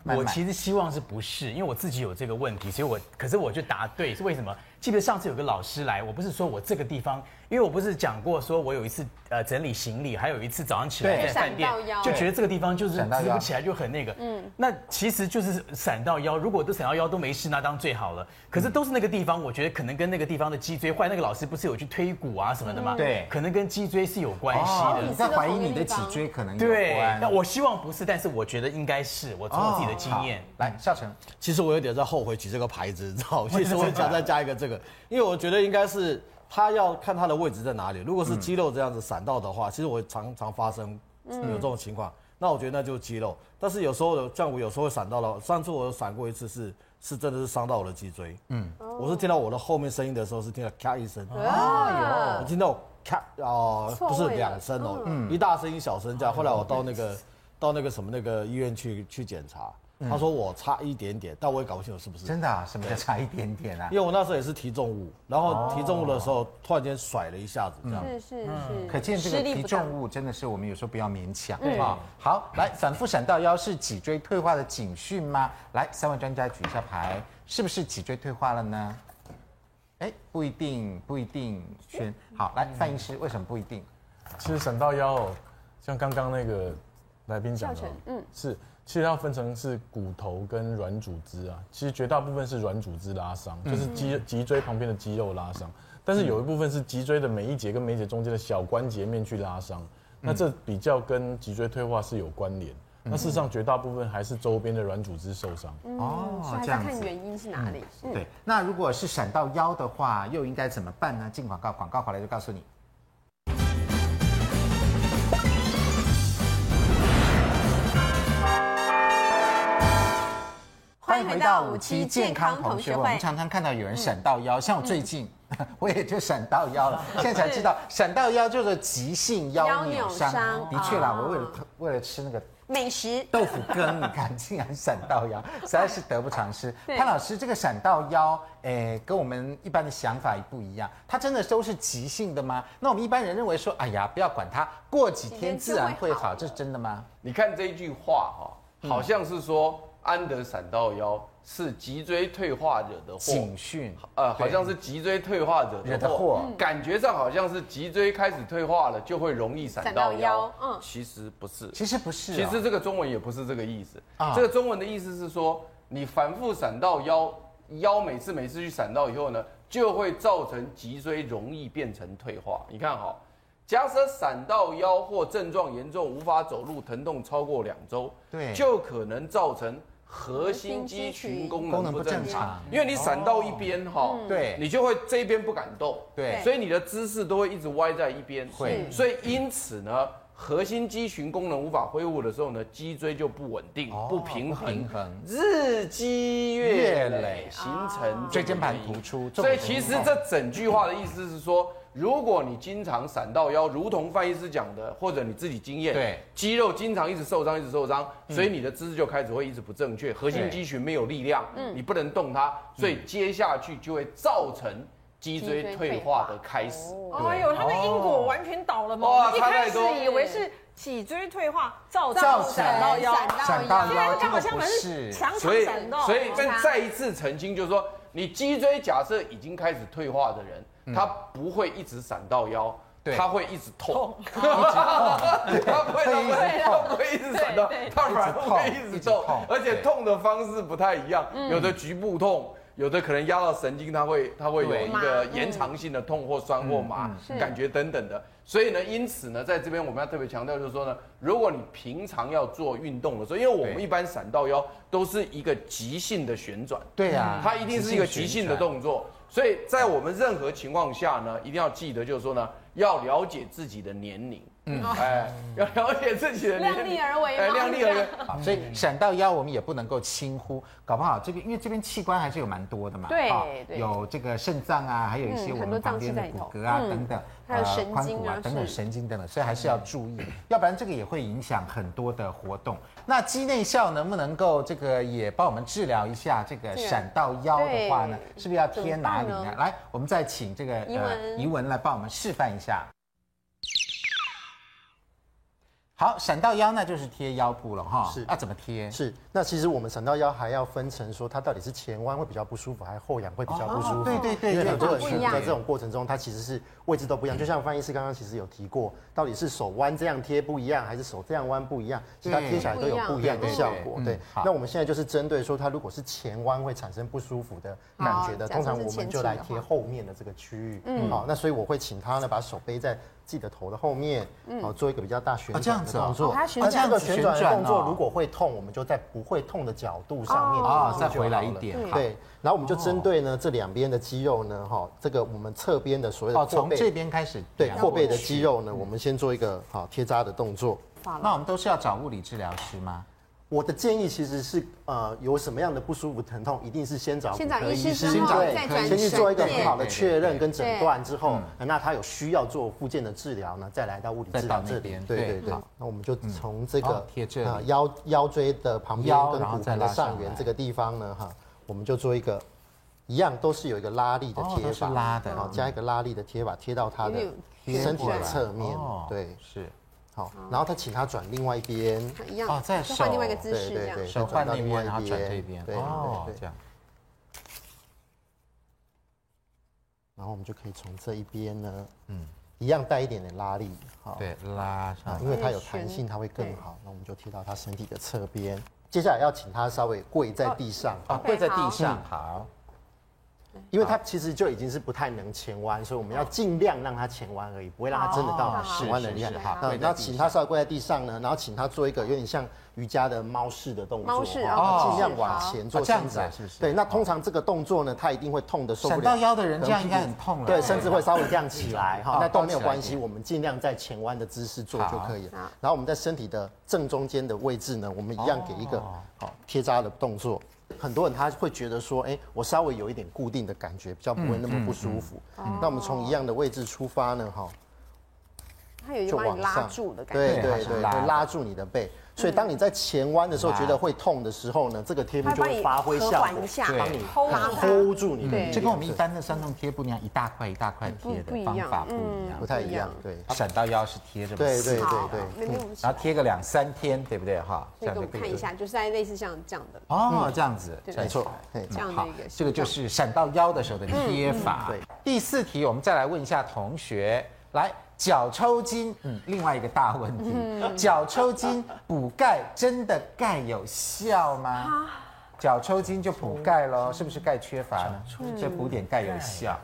Speaker 1: 慢
Speaker 5: 我
Speaker 1: 慢
Speaker 5: 其实希望是不是，因为我自己有这个问题，所以我可是我就答对，是为什么？记得上次有个老师来，我不是说我这个地方，因为我不是讲过，说我有一次呃整理行李，还有一次早上起来
Speaker 1: 对
Speaker 5: 在饭店
Speaker 2: 闪到腰
Speaker 5: 就觉得这个地方就是
Speaker 1: 闪到腰
Speaker 5: 直不起来就很那个，嗯，那其实就是闪到腰，如果都闪到腰都没事，那当然最好了。可
Speaker 1: 嗯
Speaker 5: 是都是那个地方，我觉得可能跟那个地方的脊椎，坏那个老师不是有去推骨啊什么的吗？
Speaker 1: 对
Speaker 5: 可能跟脊椎是有关系
Speaker 1: 嗯哦
Speaker 5: 的，。
Speaker 1: 你在怀疑你的脊椎可能有
Speaker 5: 对
Speaker 1: 关，
Speaker 5: 那我希望不是，但是我觉得应该是，我从我自己的经验
Speaker 1: 哦。好来，笑成，
Speaker 3: 其实我有点在后悔举这个牌子，你 知道吗？其实我想啊再加一个这个，因为我觉得应该是他要看他的位置在哪里。如果是肌肉这样子闪到的话，其实我常常发生有这种情况。那我觉得那就是肌肉，但是有时候的像我有时候会闪到了，上次我有闪过一次是是真的是伤到我的脊椎。嗯，我是听到我的后面声音的时候是听到咔一声，
Speaker 2: 啊
Speaker 3: 我听到咔哦、
Speaker 2: 错
Speaker 3: 不
Speaker 2: 位
Speaker 3: 是
Speaker 2: 了嗯
Speaker 3: 两声哦，一大声一小声
Speaker 1: 嗯
Speaker 3: 这样。后来我到那个 到那个什么那个医院去去检查，他说我差一点点，但我也搞不清楚是不是
Speaker 1: 嗯真的啊，什么叫差一点点啊
Speaker 2: 嗯
Speaker 3: 因？为我那时候也是提重物，然
Speaker 1: 哦
Speaker 3: 后提重物的时候、突然间甩了一下子，这
Speaker 1: 嗯
Speaker 3: 样。
Speaker 2: 是是是。
Speaker 1: 可见这个
Speaker 2: 吃力
Speaker 1: 提
Speaker 2: 不嗯当
Speaker 1: 重物真的是我们有时候不要勉强啊。好，来反复闪到腰是脊椎退化的警讯吗？来，三位专家举一下牌，是不是脊椎退化了呢？哎，不一定，不一定。圈
Speaker 2: 嗯
Speaker 1: 好，来，范医师为什么不一定？
Speaker 7: 其实闪到腰、哦，像刚刚那个来宾讲的
Speaker 2: 教
Speaker 7: 哦
Speaker 2: 程，嗯
Speaker 7: 是，其实要分成是骨头跟软组织啊。其实绝大部分是软组织拉伤，
Speaker 1: 嗯
Speaker 7: 就是肌脊椎旁边的肌肉拉伤，但是有一部分是脊椎的每一节跟每一节中间的小关节面去拉伤，
Speaker 1: 嗯
Speaker 7: 那这比较跟脊椎退化是有关联。那事实上，绝大部分还是周边的软组织受伤。
Speaker 1: 哦
Speaker 2: 嗯所以还是要看原因是哪里。嗯
Speaker 1: 对，那如果是闪到腰的话，又应该怎么办呢？进广告，广告回来就告诉你。
Speaker 2: 欢迎回到五期健康同学会嗯
Speaker 1: 我们常常看到有人闪到腰，像我最近。 我也就闪到腰 了，现在才知道闪到腰就是急性腰
Speaker 2: 腰
Speaker 1: 扭
Speaker 2: 扭
Speaker 1: 伤。
Speaker 2: 伤
Speaker 1: 的确啦，
Speaker 2: 哦
Speaker 1: 我为了为了吃那个
Speaker 2: 美食
Speaker 1: 豆腐羹，你看竟然闪 到腰，实在是得不偿失。
Speaker 2: 对
Speaker 1: 潘老师，这个闪到腰，诶，跟我们一般的想法也不一样，它真的都是急性的吗？那我们一般人认为说，哎呀，不要管它，过几天自然会好，这是真的吗？嗯
Speaker 8: 你看这一句话哈、哦，好像是说安德闪到腰是脊椎退化惹的祸。
Speaker 1: 警讯，
Speaker 8: 呃，好像是脊椎退化者
Speaker 1: 惹的祸嗯
Speaker 8: 感觉上好像是脊椎开始退化了，就会容易闪
Speaker 2: 闪
Speaker 8: 到
Speaker 2: 到
Speaker 8: 腰。
Speaker 2: 腰嗯
Speaker 8: 其实不是，
Speaker 1: 其实不是、啊哦
Speaker 8: 其实这个中文也不是这个意思。这个中文的意思是说，你反复闪到腰，腰每次每次去闪到以后呢，就会造成脊椎容易变成退化。你看哈、假设闪到腰或症状严重无法走路、疼痛超过两周，
Speaker 1: 对
Speaker 8: 就可能造成核心肌群
Speaker 1: 功
Speaker 8: 功能
Speaker 1: 能
Speaker 8: 不
Speaker 1: 不
Speaker 8: 正
Speaker 1: 正
Speaker 8: 常。
Speaker 1: 常，哦
Speaker 8: 因为你闪到一边哈、
Speaker 1: 对
Speaker 8: 你就会这边不敢动，
Speaker 1: 对
Speaker 8: 所以你的姿势都会一直歪在一边，
Speaker 1: 会
Speaker 8: 所以因此呢，核心肌群功能无法恢复的时候呢，脊椎就不稳定、
Speaker 1: 哦
Speaker 8: 不平
Speaker 1: 不
Speaker 8: 衡
Speaker 1: 平，衡
Speaker 8: 日积
Speaker 1: 月
Speaker 8: 月累
Speaker 1: 累，
Speaker 8: 形成
Speaker 1: 椎间盘
Speaker 8: 这么一个
Speaker 1: 突出
Speaker 8: 所以
Speaker 1: 重度
Speaker 8: 其实
Speaker 1: 运动
Speaker 8: 这整句话的意思是说，如果你经常闪到腰，如同范医师讲的，或者你自己经验，
Speaker 1: 对嗯
Speaker 8: 肌肉经常一直受伤，一直受伤，所以你的姿势就开始会一直不正确，核心
Speaker 1: 对嗯
Speaker 8: 肌群没有力量，你不能动它，所以接下去就会造成脊椎退化的开始。
Speaker 1: 嗯
Speaker 4: 哎呦，他们因果完全倒了嘛！
Speaker 8: 哇
Speaker 4: 我们一
Speaker 8: 差
Speaker 4: 开
Speaker 8: 太
Speaker 4: 始
Speaker 8: 多
Speaker 4: 以为是脊椎退化造
Speaker 1: 造
Speaker 4: 成
Speaker 1: 成
Speaker 4: 闪到腰，
Speaker 1: 闪到
Speaker 4: 现
Speaker 1: 腰
Speaker 4: 在
Speaker 1: 这
Speaker 4: 好
Speaker 1: 个
Speaker 4: 像
Speaker 1: 不
Speaker 4: 我们
Speaker 1: 是
Speaker 4: 是常
Speaker 8: 所
Speaker 4: 常
Speaker 8: 以
Speaker 4: 闪哦到，
Speaker 8: 所以再再一次澄清，就是说，你脊椎假设已经开始退化的人，他不会一直闪到腰
Speaker 1: 对。
Speaker 8: 他会一直痛， 他不会，他不会，他不会一直闪到
Speaker 4: 对对，
Speaker 8: 他反而会
Speaker 1: 一
Speaker 8: 一
Speaker 1: 直痛一
Speaker 8: 直痛
Speaker 1: 直痛，
Speaker 8: 而且痛的方式不太一样，
Speaker 4: 嗯
Speaker 8: 有的局部痛，有的可能压到神经，它会它会有
Speaker 1: 对
Speaker 8: 一个
Speaker 4: 嗯
Speaker 8: 延长性的痛或酸或麻感觉等等的。所以呢，因此呢，在这边我们要特别强调，就是说呢，如果你平常要做运动的时候，因为我们
Speaker 1: 对
Speaker 8: 一般闪到腰都是一个急性的旋转，
Speaker 1: 对啊呀、
Speaker 8: 它一定是一个急性的动作。所以在我们任何情况下呢，一定要记得，就是说呢，要了解自己的年龄，嗯，哎，要了解自己的年龄，
Speaker 4: 量力而为嘛
Speaker 8: 哎，量力而为。
Speaker 1: 啊，所以闪到腰我们也不能够轻忽，搞不好这个因为这边器官还是有蛮多的嘛，
Speaker 2: 对
Speaker 1: 啊
Speaker 2: 对
Speaker 1: 有这个肾脏啊，还有一
Speaker 2: 嗯
Speaker 1: 些我
Speaker 2: 很
Speaker 1: 们
Speaker 2: 多脏
Speaker 1: 旁边
Speaker 2: 器
Speaker 1: 的
Speaker 2: 在里
Speaker 1: 骨
Speaker 2: 头
Speaker 1: 骼啊
Speaker 2: 嗯
Speaker 1: 等等，
Speaker 2: 还有神
Speaker 1: 髋
Speaker 2: 经
Speaker 1: 骨啊
Speaker 2: 啊
Speaker 1: 等等
Speaker 2: 是
Speaker 1: 神经等等，所以还是要注意，要不然这个也会影响很多的活动。那肌内效能不能够这个也帮我们治疗一下这个
Speaker 2: 这个
Speaker 1: 闪到腰的话呢？
Speaker 2: 对
Speaker 1: 是不是要贴哪里
Speaker 2: 怎么
Speaker 1: 呢
Speaker 2: 办？
Speaker 1: 来，我们再请这个
Speaker 2: 怡文
Speaker 1: 怡文来帮我们示范一下。好，闪到腰那就是贴腰部了哈。
Speaker 9: 是
Speaker 1: 啊，怎么贴？
Speaker 9: 是，那其实我们闪到腰还要分成说，它到底是前弯会比较不舒服，还是后仰会比较不舒服？
Speaker 1: 哦对对对
Speaker 9: 因为
Speaker 1: 对
Speaker 9: 很多人
Speaker 2: 不一样
Speaker 9: 在这种过程中，它其实是位置都不一样。就像翻译师刚刚其实有提过，到底是手弯这样贴不一样，还是手这样弯不一样，其实它
Speaker 1: 对
Speaker 9: 贴起来都有不一样的
Speaker 1: 不一样
Speaker 9: 效果
Speaker 1: 对。对
Speaker 9: 对
Speaker 1: 嗯好，
Speaker 9: 那我们现在就是针对说，它如果是前弯会产生不舒服的感觉的，
Speaker 2: 好
Speaker 9: 通常
Speaker 2: 假设
Speaker 9: 我
Speaker 2: 是
Speaker 9: 们
Speaker 2: 前倾
Speaker 9: 就
Speaker 2: 的
Speaker 9: 来
Speaker 2: 话
Speaker 9: 贴后面的这个区域。嗯，好，那所以我会请他呢，把手背在自己的头的后面，好做一个比较大旋
Speaker 1: 哦这样
Speaker 9: 转的
Speaker 1: 子哦
Speaker 9: 动作。
Speaker 1: 哦它旋
Speaker 9: 而且
Speaker 1: 转
Speaker 9: 这个旋转
Speaker 1: 旋
Speaker 9: 的
Speaker 1: 转
Speaker 9: 动作
Speaker 1: 哦
Speaker 9: 如果会痛，我们就在不会痛的角度上面
Speaker 1: 哦
Speaker 9: 去
Speaker 1: 再
Speaker 9: 做就
Speaker 1: 回来
Speaker 9: 好
Speaker 1: 一
Speaker 9: 了
Speaker 1: 点好
Speaker 9: 对，然后我们就针对呢这两边的肌肉呢，哈，这个我们侧边的所有
Speaker 1: 哦，
Speaker 9: 的后
Speaker 1: 从这
Speaker 9: 背，
Speaker 1: 边开始。
Speaker 9: 对后背的肌。肉呢，我们先做一个好贴扎的动作。
Speaker 1: 那我们都是要找物理治疗师吗？
Speaker 9: 我的建议其实是，呃，有什么样的不舒服、疼痛，一定是先找
Speaker 2: 先找
Speaker 9: 骨科
Speaker 2: 医师之
Speaker 1: 后
Speaker 9: 对
Speaker 1: 再转
Speaker 9: 先去做一个
Speaker 1: 诊
Speaker 9: 很好的
Speaker 1: 对嗯
Speaker 9: 确认跟
Speaker 2: 对
Speaker 9: 诊断之后，那他有需要做附件的治疗呢，再来到物理
Speaker 1: 再
Speaker 9: 治疗
Speaker 1: 到那
Speaker 9: 这
Speaker 1: 边
Speaker 9: 边。
Speaker 1: 对
Speaker 9: 对对对
Speaker 1: 好，
Speaker 9: 那我们就从这
Speaker 1: 哦
Speaker 9: 个
Speaker 1: 贴这里
Speaker 9: 呃腰腰椎的旁边
Speaker 1: 腰
Speaker 9: 跟
Speaker 1: 然后
Speaker 9: 骨
Speaker 1: 再
Speaker 9: 盆
Speaker 1: 拉
Speaker 9: 的
Speaker 1: 上
Speaker 9: 上缘
Speaker 1: 来
Speaker 9: 这个地方呢，哈，我们就做一个。一样都是有一个拉力的
Speaker 1: 哦
Speaker 9: 贴
Speaker 1: 都是
Speaker 9: 法，
Speaker 1: 拉的
Speaker 9: 然后加一个拉力的贴法，贴到他的
Speaker 2: 有
Speaker 1: 贴
Speaker 9: 身体
Speaker 1: 过
Speaker 9: 的
Speaker 1: 来
Speaker 9: 侧面
Speaker 1: 哦，
Speaker 9: 对，
Speaker 1: 是。
Speaker 9: 好，然后他请他转另外一边，
Speaker 2: 一样
Speaker 1: 哦再
Speaker 2: 就换
Speaker 1: 手
Speaker 2: 另外一个姿势
Speaker 9: 对
Speaker 2: 这
Speaker 9: 对
Speaker 2: 样。
Speaker 9: 对，
Speaker 1: 手
Speaker 9: 再
Speaker 1: 换
Speaker 9: 转到
Speaker 1: 那
Speaker 9: 另外
Speaker 1: 边，然
Speaker 9: 一
Speaker 1: 后转这边。
Speaker 9: 对
Speaker 1: 哦，
Speaker 9: 对对
Speaker 1: 这样。
Speaker 9: 然后我们就可以从这一边呢，嗯，一样带一点点拉力，好，
Speaker 1: 对，拉上
Speaker 9: 啊，
Speaker 1: 来。
Speaker 9: 因为它有弹性，它会更好。那我们就贴到他身体的侧边。接下来要请他稍微跪在地上，
Speaker 1: 啊，跪在地上。好。
Speaker 9: 因为
Speaker 1: 哦
Speaker 9: 他其实就已经是不太能前弯，所以我们要尽量让他前弯而已，不会让他真的
Speaker 2: 哦
Speaker 9: 到前弯的厉害
Speaker 1: 是是是哦好。
Speaker 9: 那
Speaker 1: 跪在地上
Speaker 9: 那请他稍微跪在地上呢，然后请他做一个有点像瑜伽的猫式的动作，
Speaker 2: 猫式
Speaker 9: 好
Speaker 2: 哦
Speaker 9: 尽量往前做
Speaker 1: 哦这样
Speaker 9: 伸
Speaker 1: 子啊
Speaker 9: 展
Speaker 1: 是不是
Speaker 9: 对，那通常这个动作呢，他一定会痛的受不
Speaker 1: 闪
Speaker 9: 了。
Speaker 1: 到腰的人
Speaker 9: 可能
Speaker 1: 这样应该
Speaker 9: 屁股
Speaker 1: 很痛了。
Speaker 9: 对，甚至会稍微这样起来
Speaker 1: 哦
Speaker 9: 哈，那都没有
Speaker 1: 抱起来
Speaker 9: 关
Speaker 1: 一
Speaker 9: 系，
Speaker 1: 点
Speaker 9: 我们尽量在前弯的姿势做
Speaker 1: 好
Speaker 9: 就可以了。然后我们在身体的正中间的位置呢，我们一样给一
Speaker 1: 哦
Speaker 9: 个好贴扎的动作。很多人他会觉得说，哎，我稍微有一点固定的感
Speaker 1: 嗯
Speaker 9: 觉，比较不会那么不舒服。那我们从一样的位置出发呢，哈，
Speaker 2: 它有一个
Speaker 9: 就
Speaker 2: 帮
Speaker 9: 往
Speaker 2: 你拉
Speaker 9: 上，
Speaker 2: 住的感觉。
Speaker 9: 对
Speaker 1: 对
Speaker 9: 对对，
Speaker 1: 拉嗯
Speaker 9: 对拉住你的背。所以当你在前弯的时候觉得会痛的时候呢，这个贴布
Speaker 2: 它
Speaker 9: 就
Speaker 2: 帮你
Speaker 9: 会发挥效
Speaker 2: 和
Speaker 9: 果，
Speaker 2: 缓一下
Speaker 9: 帮你
Speaker 2: hold
Speaker 9: 它
Speaker 2: 住它
Speaker 9: hold 住你的力量，
Speaker 1: 就跟我们一般的酸痛贴布那样，一大块一大块贴
Speaker 2: 不不一
Speaker 1: 的
Speaker 2: 样
Speaker 1: 方法不一样
Speaker 9: 嗯不，太一样
Speaker 2: 样，
Speaker 9: 对。
Speaker 1: 它闪到腰是贴着嘛，
Speaker 9: 对对对
Speaker 2: 好
Speaker 9: 对，
Speaker 2: 没有我们起
Speaker 1: 然
Speaker 2: 来
Speaker 1: 后贴个两三天，对不对哈？这
Speaker 2: 所以给
Speaker 1: 样就
Speaker 2: 我
Speaker 1: 可
Speaker 2: 们
Speaker 1: 以
Speaker 2: 看一下，就是在类似像这样的。
Speaker 9: 嗯
Speaker 1: 哦，这样子，
Speaker 2: 对
Speaker 1: 没
Speaker 9: 没错，嘿
Speaker 2: 这样的一个
Speaker 1: 这个就是闪到腰的时候的贴法。
Speaker 9: 嗯嗯
Speaker 1: 第四题，我们再来问一下同学，来脚抽筋，嗯，另外一个大问题，
Speaker 9: 嗯
Speaker 1: 脚抽筋补钙真的钙有效吗？脚抽筋就补钙喽，是不是钙缺乏呢？所以补点钙有效。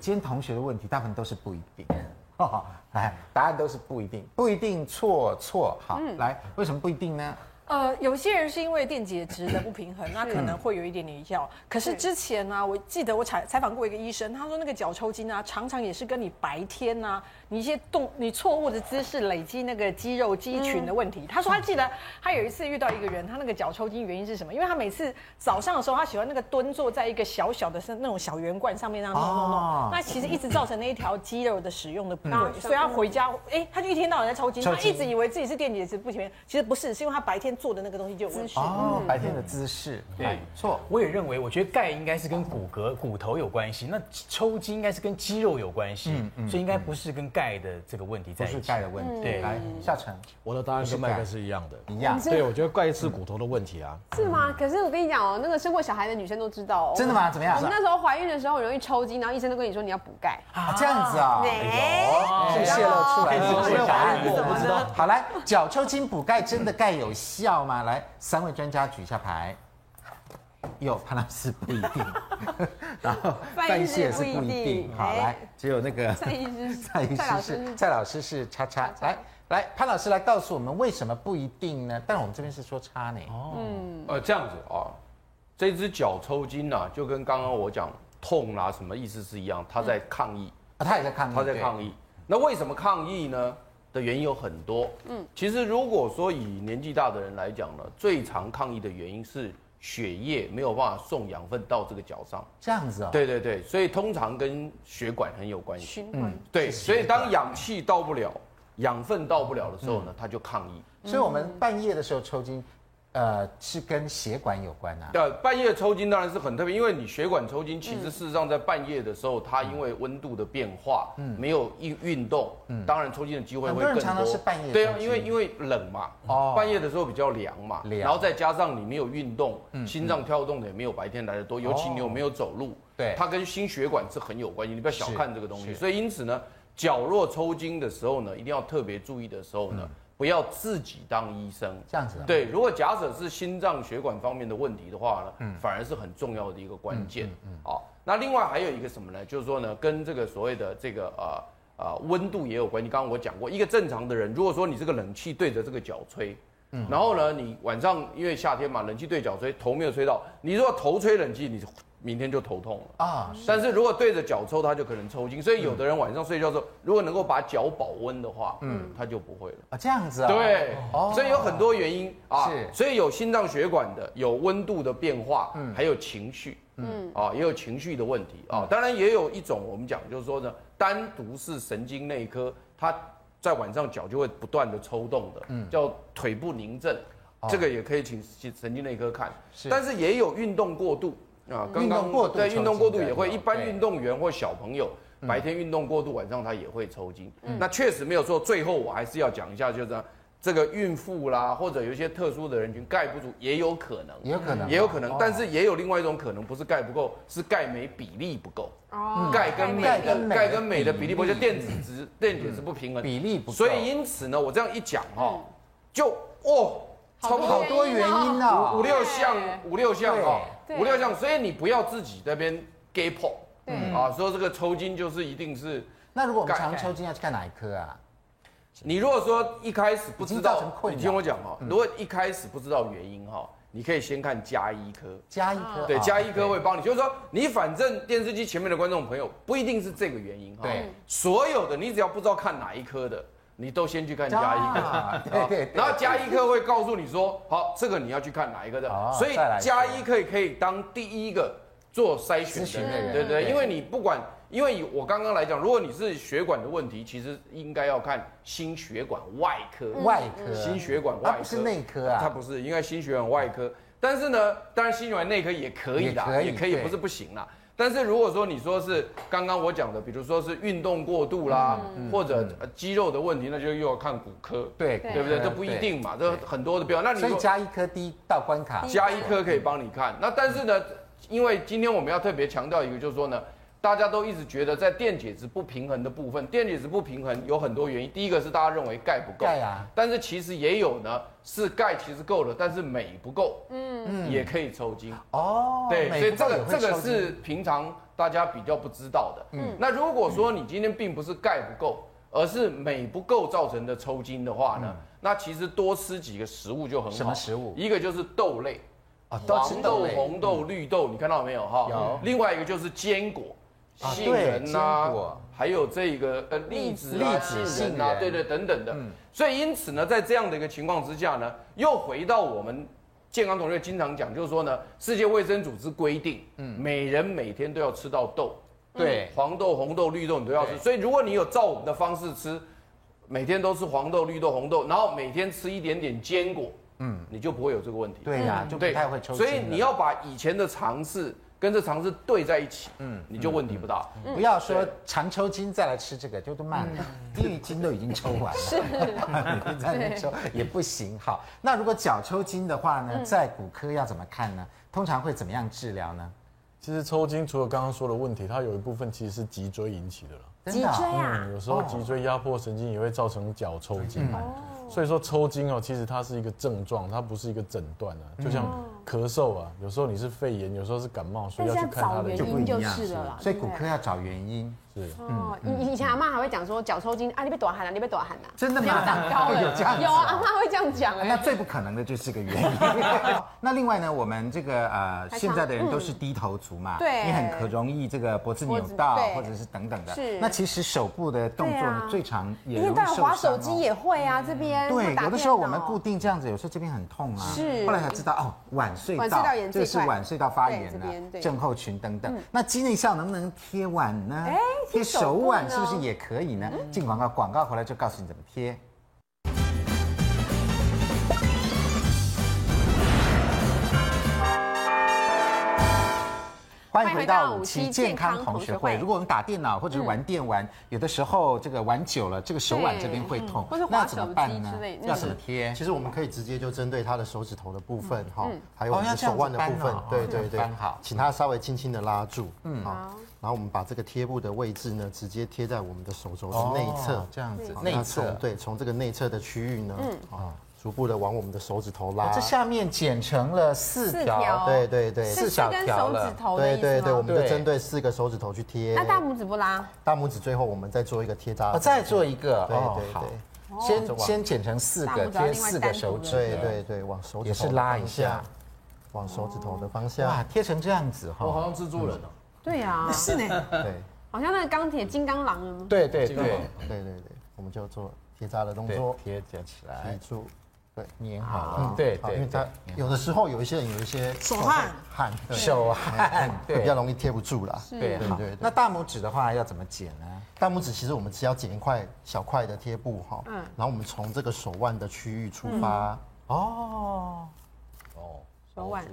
Speaker 1: 今天同学的问题大部分都是不一定。 哦，来，答案都是不一定，不一定错错。好，
Speaker 9: 嗯
Speaker 1: 来，为什么不一定呢？
Speaker 4: 呃，有些人是因为电解质的不平衡，那可能会有一点点药。可是之前呢、我记得我采采访过一个医生，他说那个脚抽筋啊，常常也是跟你白天呐、你一些动你错误的姿势累积那个肌肉肌群的问题。他说他记得他有一次遇到一个人，他那个脚抽筋原因是什么？因为他每次早上的时候，他喜欢那个蹲坐在一个小小的那种小圆罐上面那样弄弄
Speaker 1: 哦
Speaker 4: 弄，那其实一直造成那一条肌肉的使用的不对，
Speaker 2: 嗯
Speaker 4: 所以他回家哎、他就一天到晚在抽筋，
Speaker 1: 抽
Speaker 4: 他
Speaker 1: 筋
Speaker 4: 一直以为自己是电解质不全，其实不是，是因为他白天做的那个东西就有问题。
Speaker 1: 哦，
Speaker 9: 嗯
Speaker 1: 白天的姿势，
Speaker 5: 对
Speaker 1: 哎错。
Speaker 5: 我也认为，我觉得钙应该是跟骨骼、骨头有关系，那抽筋应该是跟肌肉有关系，所以应该不是跟钙的这个问题
Speaker 1: 嗯不
Speaker 5: 在一
Speaker 1: 是
Speaker 5: 起。嗯
Speaker 1: 钙的问题。
Speaker 5: 对
Speaker 1: 来，夏晨
Speaker 3: 我的答案跟麦克是一样的。
Speaker 1: 一样，
Speaker 3: 对，我觉得钙是骨头的问题啊。
Speaker 2: 是吗？可是我跟你讲哦，那个生过小孩的女生都知道哦。
Speaker 1: 真的吗？怎么样
Speaker 2: 我？们那时候怀孕的时候容易抽筋，然后医生都跟你说你要补钙。
Speaker 1: 啊，这样子啊，
Speaker 2: 哎
Speaker 5: 哦
Speaker 1: 是泄露出来
Speaker 5: 哎
Speaker 1: 了
Speaker 5: 我没有
Speaker 1: 答
Speaker 5: 怀
Speaker 1: 案
Speaker 5: 孕过我不知道。
Speaker 1: 好，来，脚抽筋补钙真的钙有效吗？来，三位专家举一下牌。有潘老师不一 定，然后
Speaker 2: 范
Speaker 1: 范
Speaker 2: 医
Speaker 1: 医
Speaker 2: 师
Speaker 1: 师
Speaker 2: 也是
Speaker 1: 也
Speaker 2: 不
Speaker 1: 是不
Speaker 2: 一
Speaker 1: 一
Speaker 2: 定
Speaker 1: 定。好，
Speaker 2: 哎
Speaker 1: 来，只有那个
Speaker 2: 蔡医师，
Speaker 1: 蔡医
Speaker 2: 蔡老
Speaker 1: 师
Speaker 2: 师
Speaker 1: 是蔡老师是叉叉，来来，潘老师来告诉我们为什么不一定呢？但我们这边是说叉呢。
Speaker 5: 哦
Speaker 8: 呃，这样子啊，这只脚抽筋呐、就跟刚刚我讲痛啦、什么意思是一样，它在抗议，
Speaker 1: 啊，他也在抗议，
Speaker 8: 它在抗
Speaker 1: 议。
Speaker 8: 议。那为什么抗议呢？的原因有很多。嗯，其实如果说以年纪大的人来讲呢，最常抗议的原因是血液没有办法送养分到这个脚上。
Speaker 1: 这样子啊，
Speaker 8: 对对对，所以通常跟血管很有关系。
Speaker 2: 循环
Speaker 8: 对，所以当氧气到不了、养分到不了的时候呢，它就抗议。
Speaker 1: 所以我们半夜的时候抽筋，呃，是跟血管有关啊。嗯
Speaker 8: 呃，半夜抽筋当然是很特别，因为你血管抽筋，其实事实上在半夜的时候，它因为温度的变化，没有运运动，当然抽筋的机
Speaker 1: 嗯
Speaker 8: 会
Speaker 1: 很
Speaker 8: 会
Speaker 1: 多人
Speaker 8: 更
Speaker 1: 常常
Speaker 8: 多。
Speaker 1: 是半夜
Speaker 8: 对啊
Speaker 1: 抽，筋
Speaker 8: 因为因为冷嘛，
Speaker 1: 哦
Speaker 8: 半夜的时候比较凉嘛，
Speaker 1: 凉嗯
Speaker 8: 然后再加上你没有运动，心脏跳动的也没有白天来的多，尤其你有没有走路，
Speaker 1: 哦对
Speaker 8: 它跟心血管是很有关系，你不要小看这个东西。
Speaker 1: 是
Speaker 8: 所以因此呢，脚若抽筋的时候呢，一定要特别注意的时候
Speaker 1: 嗯
Speaker 8: 呢，不要自己当医生。
Speaker 1: 这样子啊
Speaker 8: 对，如果假设是心脏血管方面的问题的话呢，
Speaker 1: 嗯
Speaker 8: 反而是很重要的一个关键。好，那另外还有一个什么呢？就是说呢，跟这个所谓的这个呃呃温度也有关系。刚刚我讲过，一个正常的人，如果说你这个冷气对着这个脚吹。
Speaker 1: 嗯
Speaker 8: 然后呢，你晚上因为夏天嘛，冷气对脚吹，头没有吹到。你如果头吹冷气，你明天就头痛了。
Speaker 1: 啊，
Speaker 8: 但是如果对着脚抽，它就可能抽筋。所以有的人晚上睡觉的时
Speaker 1: 嗯
Speaker 8: 候，如果能够把脚保温的话，嗯，他就不会了。
Speaker 1: 啊，这样子啊，
Speaker 8: 对，
Speaker 1: 哦
Speaker 8: 所以有很多原因啊
Speaker 1: 是，
Speaker 8: 所以有心脏血管的，有温度的变化，还有情绪，嗯，啊，也有情绪的问题啊。
Speaker 1: 嗯
Speaker 8: 当然也有一种我们讲就是说呢，单独是神经内科，它在晚上脚就会不断的抽动的，
Speaker 1: 嗯
Speaker 8: 叫腿部凝症，这个也可以请请神经内科看。
Speaker 1: 哦是嗯
Speaker 8: 但是也有运动过度啊，
Speaker 1: 运动过度
Speaker 8: 对
Speaker 1: 抽筋
Speaker 8: 运动过度
Speaker 1: 的
Speaker 8: 也会，
Speaker 1: 有
Speaker 8: 一般
Speaker 1: 对
Speaker 8: 运动员或小朋友。
Speaker 1: 嗯
Speaker 8: 白天运动过度，晚上他也会抽筋。那确实没有错。最后我还是要讲一下，就是说这个孕妇啦，或者有一些特殊的人群钙不足，也有可能，
Speaker 1: 也有可能，
Speaker 8: 也有可能
Speaker 1: 哦。
Speaker 8: 但是也有另外一种可能，不是钙不够，是钙镁比例不够。
Speaker 2: 哦
Speaker 8: 钙跟镁
Speaker 1: 钙跟
Speaker 8: 的
Speaker 1: 镁
Speaker 8: 钙跟镁的比例不够，就电子值电解质不平衡，
Speaker 1: 嗯比例不够
Speaker 8: 所以因此呢，我这样一讲哦，就哦，差不
Speaker 1: 好
Speaker 8: 多
Speaker 1: 多原因啊，
Speaker 8: 五五六项，五六项哦，
Speaker 2: 对
Speaker 8: 五六项，所以你不要自己在那边 gay 破，
Speaker 2: 对
Speaker 8: 啊，说这个抽筋就是一定是，
Speaker 1: 那如果我们
Speaker 8: 钙
Speaker 1: 常抽筋要去看哪一科啊？
Speaker 8: 你如果说一开始不知
Speaker 1: 已经造
Speaker 8: 道
Speaker 1: 成，困
Speaker 8: 你
Speaker 1: 扰嗯
Speaker 8: 听我讲哈，如果一开始不知道原因哈，你可以先看加医科，
Speaker 1: 加一科，
Speaker 8: 对，
Speaker 1: 哦
Speaker 8: 加一科会帮你，就是说你反正电视机前面的观众朋友不一定是这个原因哈，
Speaker 1: 对，
Speaker 8: 所有的你只要不知道看哪一科的，你都先去看
Speaker 1: 加
Speaker 8: 加
Speaker 1: 一
Speaker 8: 医科。
Speaker 1: 科，对
Speaker 8: 啊
Speaker 1: 对对
Speaker 8: 然后加医科会告诉你说，好，这个你要去看哪一个的
Speaker 1: 哦，
Speaker 8: 所以
Speaker 1: 再来一个
Speaker 8: 加医科也可以当第一个做筛选
Speaker 1: 咨询
Speaker 8: 的
Speaker 1: 的
Speaker 8: 人，
Speaker 1: 人
Speaker 8: 对不对？
Speaker 1: 对
Speaker 8: 因为你不管因为我刚刚来讲，如果你是血管的问题，其实应该要看心血管外科。
Speaker 1: 外科
Speaker 8: 心血管
Speaker 1: 它
Speaker 8: 外科
Speaker 1: 不是内科啊，
Speaker 8: 它不是，应该心血管外科。但是呢，当然心血管内科也可以啦，
Speaker 1: 也可以对
Speaker 8: 不是不行啦。但是如果说你说是刚刚我讲的，比如说是运动过度啦，或者呃肌肉的问题，那就又要看骨科，
Speaker 1: 嗯对
Speaker 8: 对不对？
Speaker 1: 骨科
Speaker 8: 这不一
Speaker 1: 对
Speaker 8: 定嘛，这很多的标。那你
Speaker 1: 所以
Speaker 8: 说
Speaker 1: 加一颗低到关卡，
Speaker 8: 加一颗可以帮你看。那但是呢，因为今天我们要特别强调一个，就是说呢，大家都一直觉得在电解质不平衡的部分，电解质不平衡有很多原因。第一个是大家认为钙不够，
Speaker 1: 钙啊
Speaker 8: 但是其实也有呢，是钙其实够了，但是镁不够，嗯，也可以抽筋。
Speaker 1: 哦，
Speaker 8: 对，
Speaker 1: 美
Speaker 8: 所以
Speaker 1: 国
Speaker 8: 这
Speaker 1: 也
Speaker 8: 个
Speaker 1: 会
Speaker 8: 这个
Speaker 1: 抽筋
Speaker 8: 是平常大家比较不知道的。嗯，那如果说你今天并不是钙不够，而是镁不够造成的抽筋的话呢，那其实多吃几个食物就很好。
Speaker 1: 嗯什么食物
Speaker 8: 一个就是豆类，
Speaker 1: 哦都吃豆
Speaker 8: 黄豆
Speaker 1: 类、
Speaker 8: 红豆、绿豆，你看到没有哈？
Speaker 1: 有
Speaker 8: 另外一个就是坚果。
Speaker 1: 啊
Speaker 8: 杏仁
Speaker 1: 对
Speaker 8: 呐、
Speaker 1: 坚果
Speaker 8: 还有这个呃栗子啊、
Speaker 1: 栗子嗯
Speaker 8: 杏仁
Speaker 1: 杏
Speaker 8: 啊，
Speaker 1: 仁
Speaker 8: 对对等等的。所以因此呢，在这样的一个情况之下呢，又回到我们健康同学经常讲，就是说呢，世界卫生组织规定，嗯，每人每天都要吃到豆，
Speaker 1: 对
Speaker 8: 黄豆、红豆、绿豆你都要吃。所以如果你有照我们的方式吃，每天都吃黄豆、绿豆、红豆，然后每天吃一点点坚果，嗯，你就不会有这个问题。
Speaker 1: 对呀，就不太会抽筋
Speaker 8: 所
Speaker 1: 了。
Speaker 8: 以你要把以前的尝试跟这尝试对在一起，嗯，你就问题不大。
Speaker 1: 嗯不要说常抽筋再来吃这个，就都慢了。
Speaker 8: 嗯
Speaker 1: 郁筋都已经抽完了， 是，再来抽也不行。好，那如果脚抽筋的话
Speaker 8: 嗯
Speaker 1: 呢，在骨科要怎么看呢？通常会怎么样治疗呢？
Speaker 7: 其实抽筋除了刚刚说的问题，它有一部分其实是脊椎引起的了。
Speaker 1: 真
Speaker 2: 脊
Speaker 1: 的
Speaker 2: 椎
Speaker 1: 啊
Speaker 2: 啊，
Speaker 7: 嗯，有时
Speaker 6: 哦
Speaker 7: 候脊椎压迫神经也会造成脚抽筋。
Speaker 6: 嗯
Speaker 7: 所以说抽筋哦，其实它是一个症状，它不是一个诊断啊。就像咳嗽啊，有时候你是肺炎，有时候是感冒，所
Speaker 6: 嗯但
Speaker 7: 以
Speaker 6: 是要
Speaker 7: 要去看它
Speaker 6: 找
Speaker 7: 的
Speaker 6: 原
Speaker 7: 就
Speaker 6: 因就是了啦。
Speaker 1: 所以
Speaker 6: 对不
Speaker 1: 骨
Speaker 6: 对
Speaker 1: 科要找原因，
Speaker 7: 是。
Speaker 2: 哦，以以前阿妈还会讲说脚抽筋啊，你被躲喊了，你被躲喊了，
Speaker 1: 真的
Speaker 2: 不要
Speaker 1: 吗
Speaker 2: 长高了，
Speaker 1: 有这样子哦
Speaker 2: 有啊，阿妈会这样讲哎
Speaker 1: 那。最不可能的就是个 原因。那另外呢，我们这个呃，
Speaker 2: 常
Speaker 1: 现在的人都是低头族嘛，
Speaker 2: 对
Speaker 1: 你很可容易这个脖子扭
Speaker 2: 脖嗯
Speaker 1: 到
Speaker 2: 子，对
Speaker 1: 或者是等等的。
Speaker 2: 是
Speaker 1: 那其实手部的动作
Speaker 2: 对
Speaker 1: 呢
Speaker 2: 啊，
Speaker 1: 最常也
Speaker 2: 一天
Speaker 1: 容易
Speaker 2: 到晚
Speaker 1: 受
Speaker 2: 滑
Speaker 1: 伤
Speaker 2: 手
Speaker 1: 哦
Speaker 2: 机也会啊，这边
Speaker 1: 对，
Speaker 2: 或打
Speaker 1: 有的时候
Speaker 2: 电
Speaker 1: 我
Speaker 2: 脑
Speaker 1: 们固定这样子，有时候这边很痛啊。
Speaker 2: 是
Speaker 1: 后来才知道哦，晚睡
Speaker 2: 晚
Speaker 1: 道
Speaker 2: 睡道炎
Speaker 1: 这
Speaker 2: 最
Speaker 1: 是
Speaker 2: 快
Speaker 1: 晚睡道发炎
Speaker 2: 对这边
Speaker 1: 了，
Speaker 2: 对嗯
Speaker 1: 症候群等等。那肌内效能不能贴腕呢？
Speaker 2: 哎
Speaker 1: 贴
Speaker 2: 贴
Speaker 1: 手
Speaker 2: 手部
Speaker 1: 腕
Speaker 2: 呢嗯
Speaker 1: 是不是也可以呢？进广告，广告回来就告诉你怎么贴。欢迎回到五期健康同学会。如果我们打电脑或者是玩电玩，有的时候这个玩久了，这个手腕这边会痛
Speaker 2: 或者，
Speaker 1: 那
Speaker 2: 滑
Speaker 1: 怎么
Speaker 2: 手
Speaker 1: 办
Speaker 2: 机
Speaker 1: 呢
Speaker 2: 之类？的
Speaker 1: 要怎么贴？
Speaker 9: 其实我们可以直接就针对他的手指头的部
Speaker 2: 嗯
Speaker 9: 分哈，还有
Speaker 1: 哦
Speaker 9: 我们
Speaker 1: 要
Speaker 9: 的
Speaker 1: 这样
Speaker 9: 手
Speaker 1: 子
Speaker 9: 腕的部
Speaker 1: 扳
Speaker 9: 分
Speaker 1: 哦，
Speaker 9: 对
Speaker 1: 这样
Speaker 9: 对对
Speaker 1: 扳好，
Speaker 9: 请他稍微轻轻的拉住，嗯好，然后我们把这个贴布的位置呢，直接贴在我们的手肘的内侧
Speaker 1: 哦，这样子
Speaker 9: 好
Speaker 1: 内
Speaker 9: 那
Speaker 1: 侧
Speaker 9: 从对，从这个内侧的区域呢，
Speaker 2: 嗯
Speaker 9: 啊，逐步的往我们的手指头
Speaker 1: 哦
Speaker 9: 拉，
Speaker 1: 这下面剪成了四
Speaker 2: 四
Speaker 1: 条
Speaker 2: 条，
Speaker 9: 对对对
Speaker 1: 四
Speaker 2: 是
Speaker 1: 小
Speaker 2: 是跟
Speaker 1: 条
Speaker 2: 手
Speaker 1: 了
Speaker 2: 指头的
Speaker 9: 对
Speaker 2: 意思
Speaker 9: 对对，我
Speaker 2: 吗？
Speaker 9: 们就
Speaker 1: 对
Speaker 9: 针对四个手指头去贴，
Speaker 2: 那大拇指不拉，
Speaker 9: 大拇指最后我们再做一个贴扎
Speaker 1: 我
Speaker 9: 的动作，
Speaker 1: 哦再做一个，
Speaker 9: 对
Speaker 1: 哦
Speaker 9: 对
Speaker 1: 好
Speaker 9: 对。
Speaker 1: 先先剪成四
Speaker 2: 大
Speaker 1: 个，
Speaker 2: 拇指要
Speaker 1: 贴
Speaker 2: 另外
Speaker 1: 四个
Speaker 2: 单独
Speaker 1: 手
Speaker 2: 的
Speaker 1: 指，
Speaker 9: 对对对，往手指
Speaker 1: 也
Speaker 9: 头
Speaker 1: 是
Speaker 9: 的
Speaker 1: 拉
Speaker 9: 方
Speaker 1: 一下
Speaker 9: 向，往手指头的方
Speaker 1: 哇，
Speaker 9: 向，
Speaker 1: 贴成这样子
Speaker 8: 我好
Speaker 1: 哈，
Speaker 8: 像蜘蛛人哦，
Speaker 2: 对啊，
Speaker 9: 对
Speaker 2: 好像那个钢铁金刚狼有没有
Speaker 1: 对对对，
Speaker 9: 对对对，我们就做贴扎的动
Speaker 1: 对
Speaker 9: 作，
Speaker 1: 贴贴起来
Speaker 9: 提，住。
Speaker 1: 粘好了，哎对
Speaker 9: 嗯好因为
Speaker 1: 对
Speaker 9: 它嗯
Speaker 1: 对，
Speaker 5: 嗯
Speaker 9: 有的时候有一些人有一些手
Speaker 5: 汗
Speaker 9: 汗，对
Speaker 1: 手汗，
Speaker 9: 会比
Speaker 1: 对
Speaker 9: 较容易贴不住啦。
Speaker 1: 对好
Speaker 9: 嗯对对。
Speaker 1: 那大拇指的话要怎么剪呢？
Speaker 9: 大拇指其实我们只要剪一块小块的贴布哈，
Speaker 5: 嗯
Speaker 9: 然后我们从这个手腕的区域出发，
Speaker 1: 哦，
Speaker 2: 手腕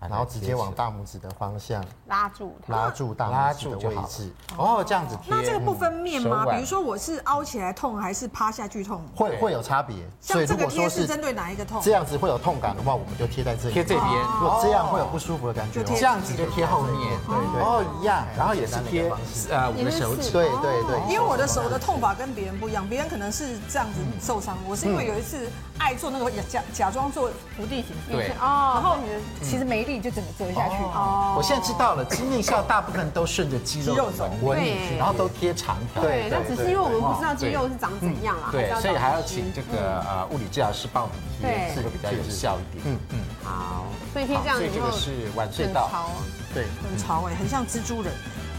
Speaker 9: 然后直接往大拇指的方向
Speaker 2: 拉住它，
Speaker 9: 拉住大
Speaker 1: 拉
Speaker 9: 拇指
Speaker 1: 住
Speaker 9: 的
Speaker 1: 就
Speaker 9: 位
Speaker 1: 好
Speaker 9: 置。
Speaker 1: 哦，这样子贴，
Speaker 5: 那这个不分面吗
Speaker 1: 手？腕
Speaker 9: 嗯
Speaker 5: 比如说我是凹起来痛，还是趴下去痛？
Speaker 9: 会
Speaker 1: 对
Speaker 9: 会有差别，所
Speaker 5: 像
Speaker 9: 以
Speaker 5: 这
Speaker 9: 如
Speaker 5: 个
Speaker 9: 果
Speaker 5: 贴
Speaker 9: 说
Speaker 5: 是
Speaker 9: 是
Speaker 5: 针对哪一个痛？
Speaker 9: 这样子会有痛感的话，我们就贴在这里。
Speaker 1: 贴这边，
Speaker 9: 如果这样会有不舒服的感觉，哦
Speaker 1: 这样子就贴后面，哦一样，然后也是贴呃我的手指，
Speaker 9: 对对
Speaker 2: 哦
Speaker 9: 对，
Speaker 5: 因为我的手的痛法跟别人不一样，别人可能是这样子受伤，我是因为有一次爱做那个假假装做伏地挺身，
Speaker 1: 对。
Speaker 2: 哦，然后
Speaker 5: 其实没力就整个折下去。
Speaker 1: 我现在知道了，肌内效大部分都顺着肌肉
Speaker 5: 肌肉走
Speaker 1: 纹理
Speaker 2: 对
Speaker 1: 去，然后都贴长条。
Speaker 9: 对
Speaker 2: 那只是因为我们不知道肌
Speaker 1: 对
Speaker 2: 肉是长怎样啊，
Speaker 1: 对，
Speaker 2: 是
Speaker 1: 所以还
Speaker 2: 找
Speaker 1: 要
Speaker 2: 医师
Speaker 1: 请这个呃物理治疗师帮我们贴，
Speaker 2: 对
Speaker 1: 是会比较有效一点。嗯嗯，
Speaker 2: 好，所以可以
Speaker 1: 好
Speaker 2: 这样
Speaker 1: 所以
Speaker 2: 以
Speaker 1: 这
Speaker 2: 后
Speaker 1: 个是晚睡
Speaker 2: 很
Speaker 1: 道。
Speaker 2: 潮，啊
Speaker 9: 对，
Speaker 5: 很潮
Speaker 2: 欸
Speaker 5: 哎，很像蜘蛛人。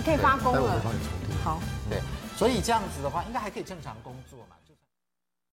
Speaker 2: 可以发功
Speaker 9: 待会我
Speaker 2: 了
Speaker 9: 会。帮你重贴。
Speaker 5: 好。
Speaker 1: 对，所以这样子的话，应该还可以正常工作嘛。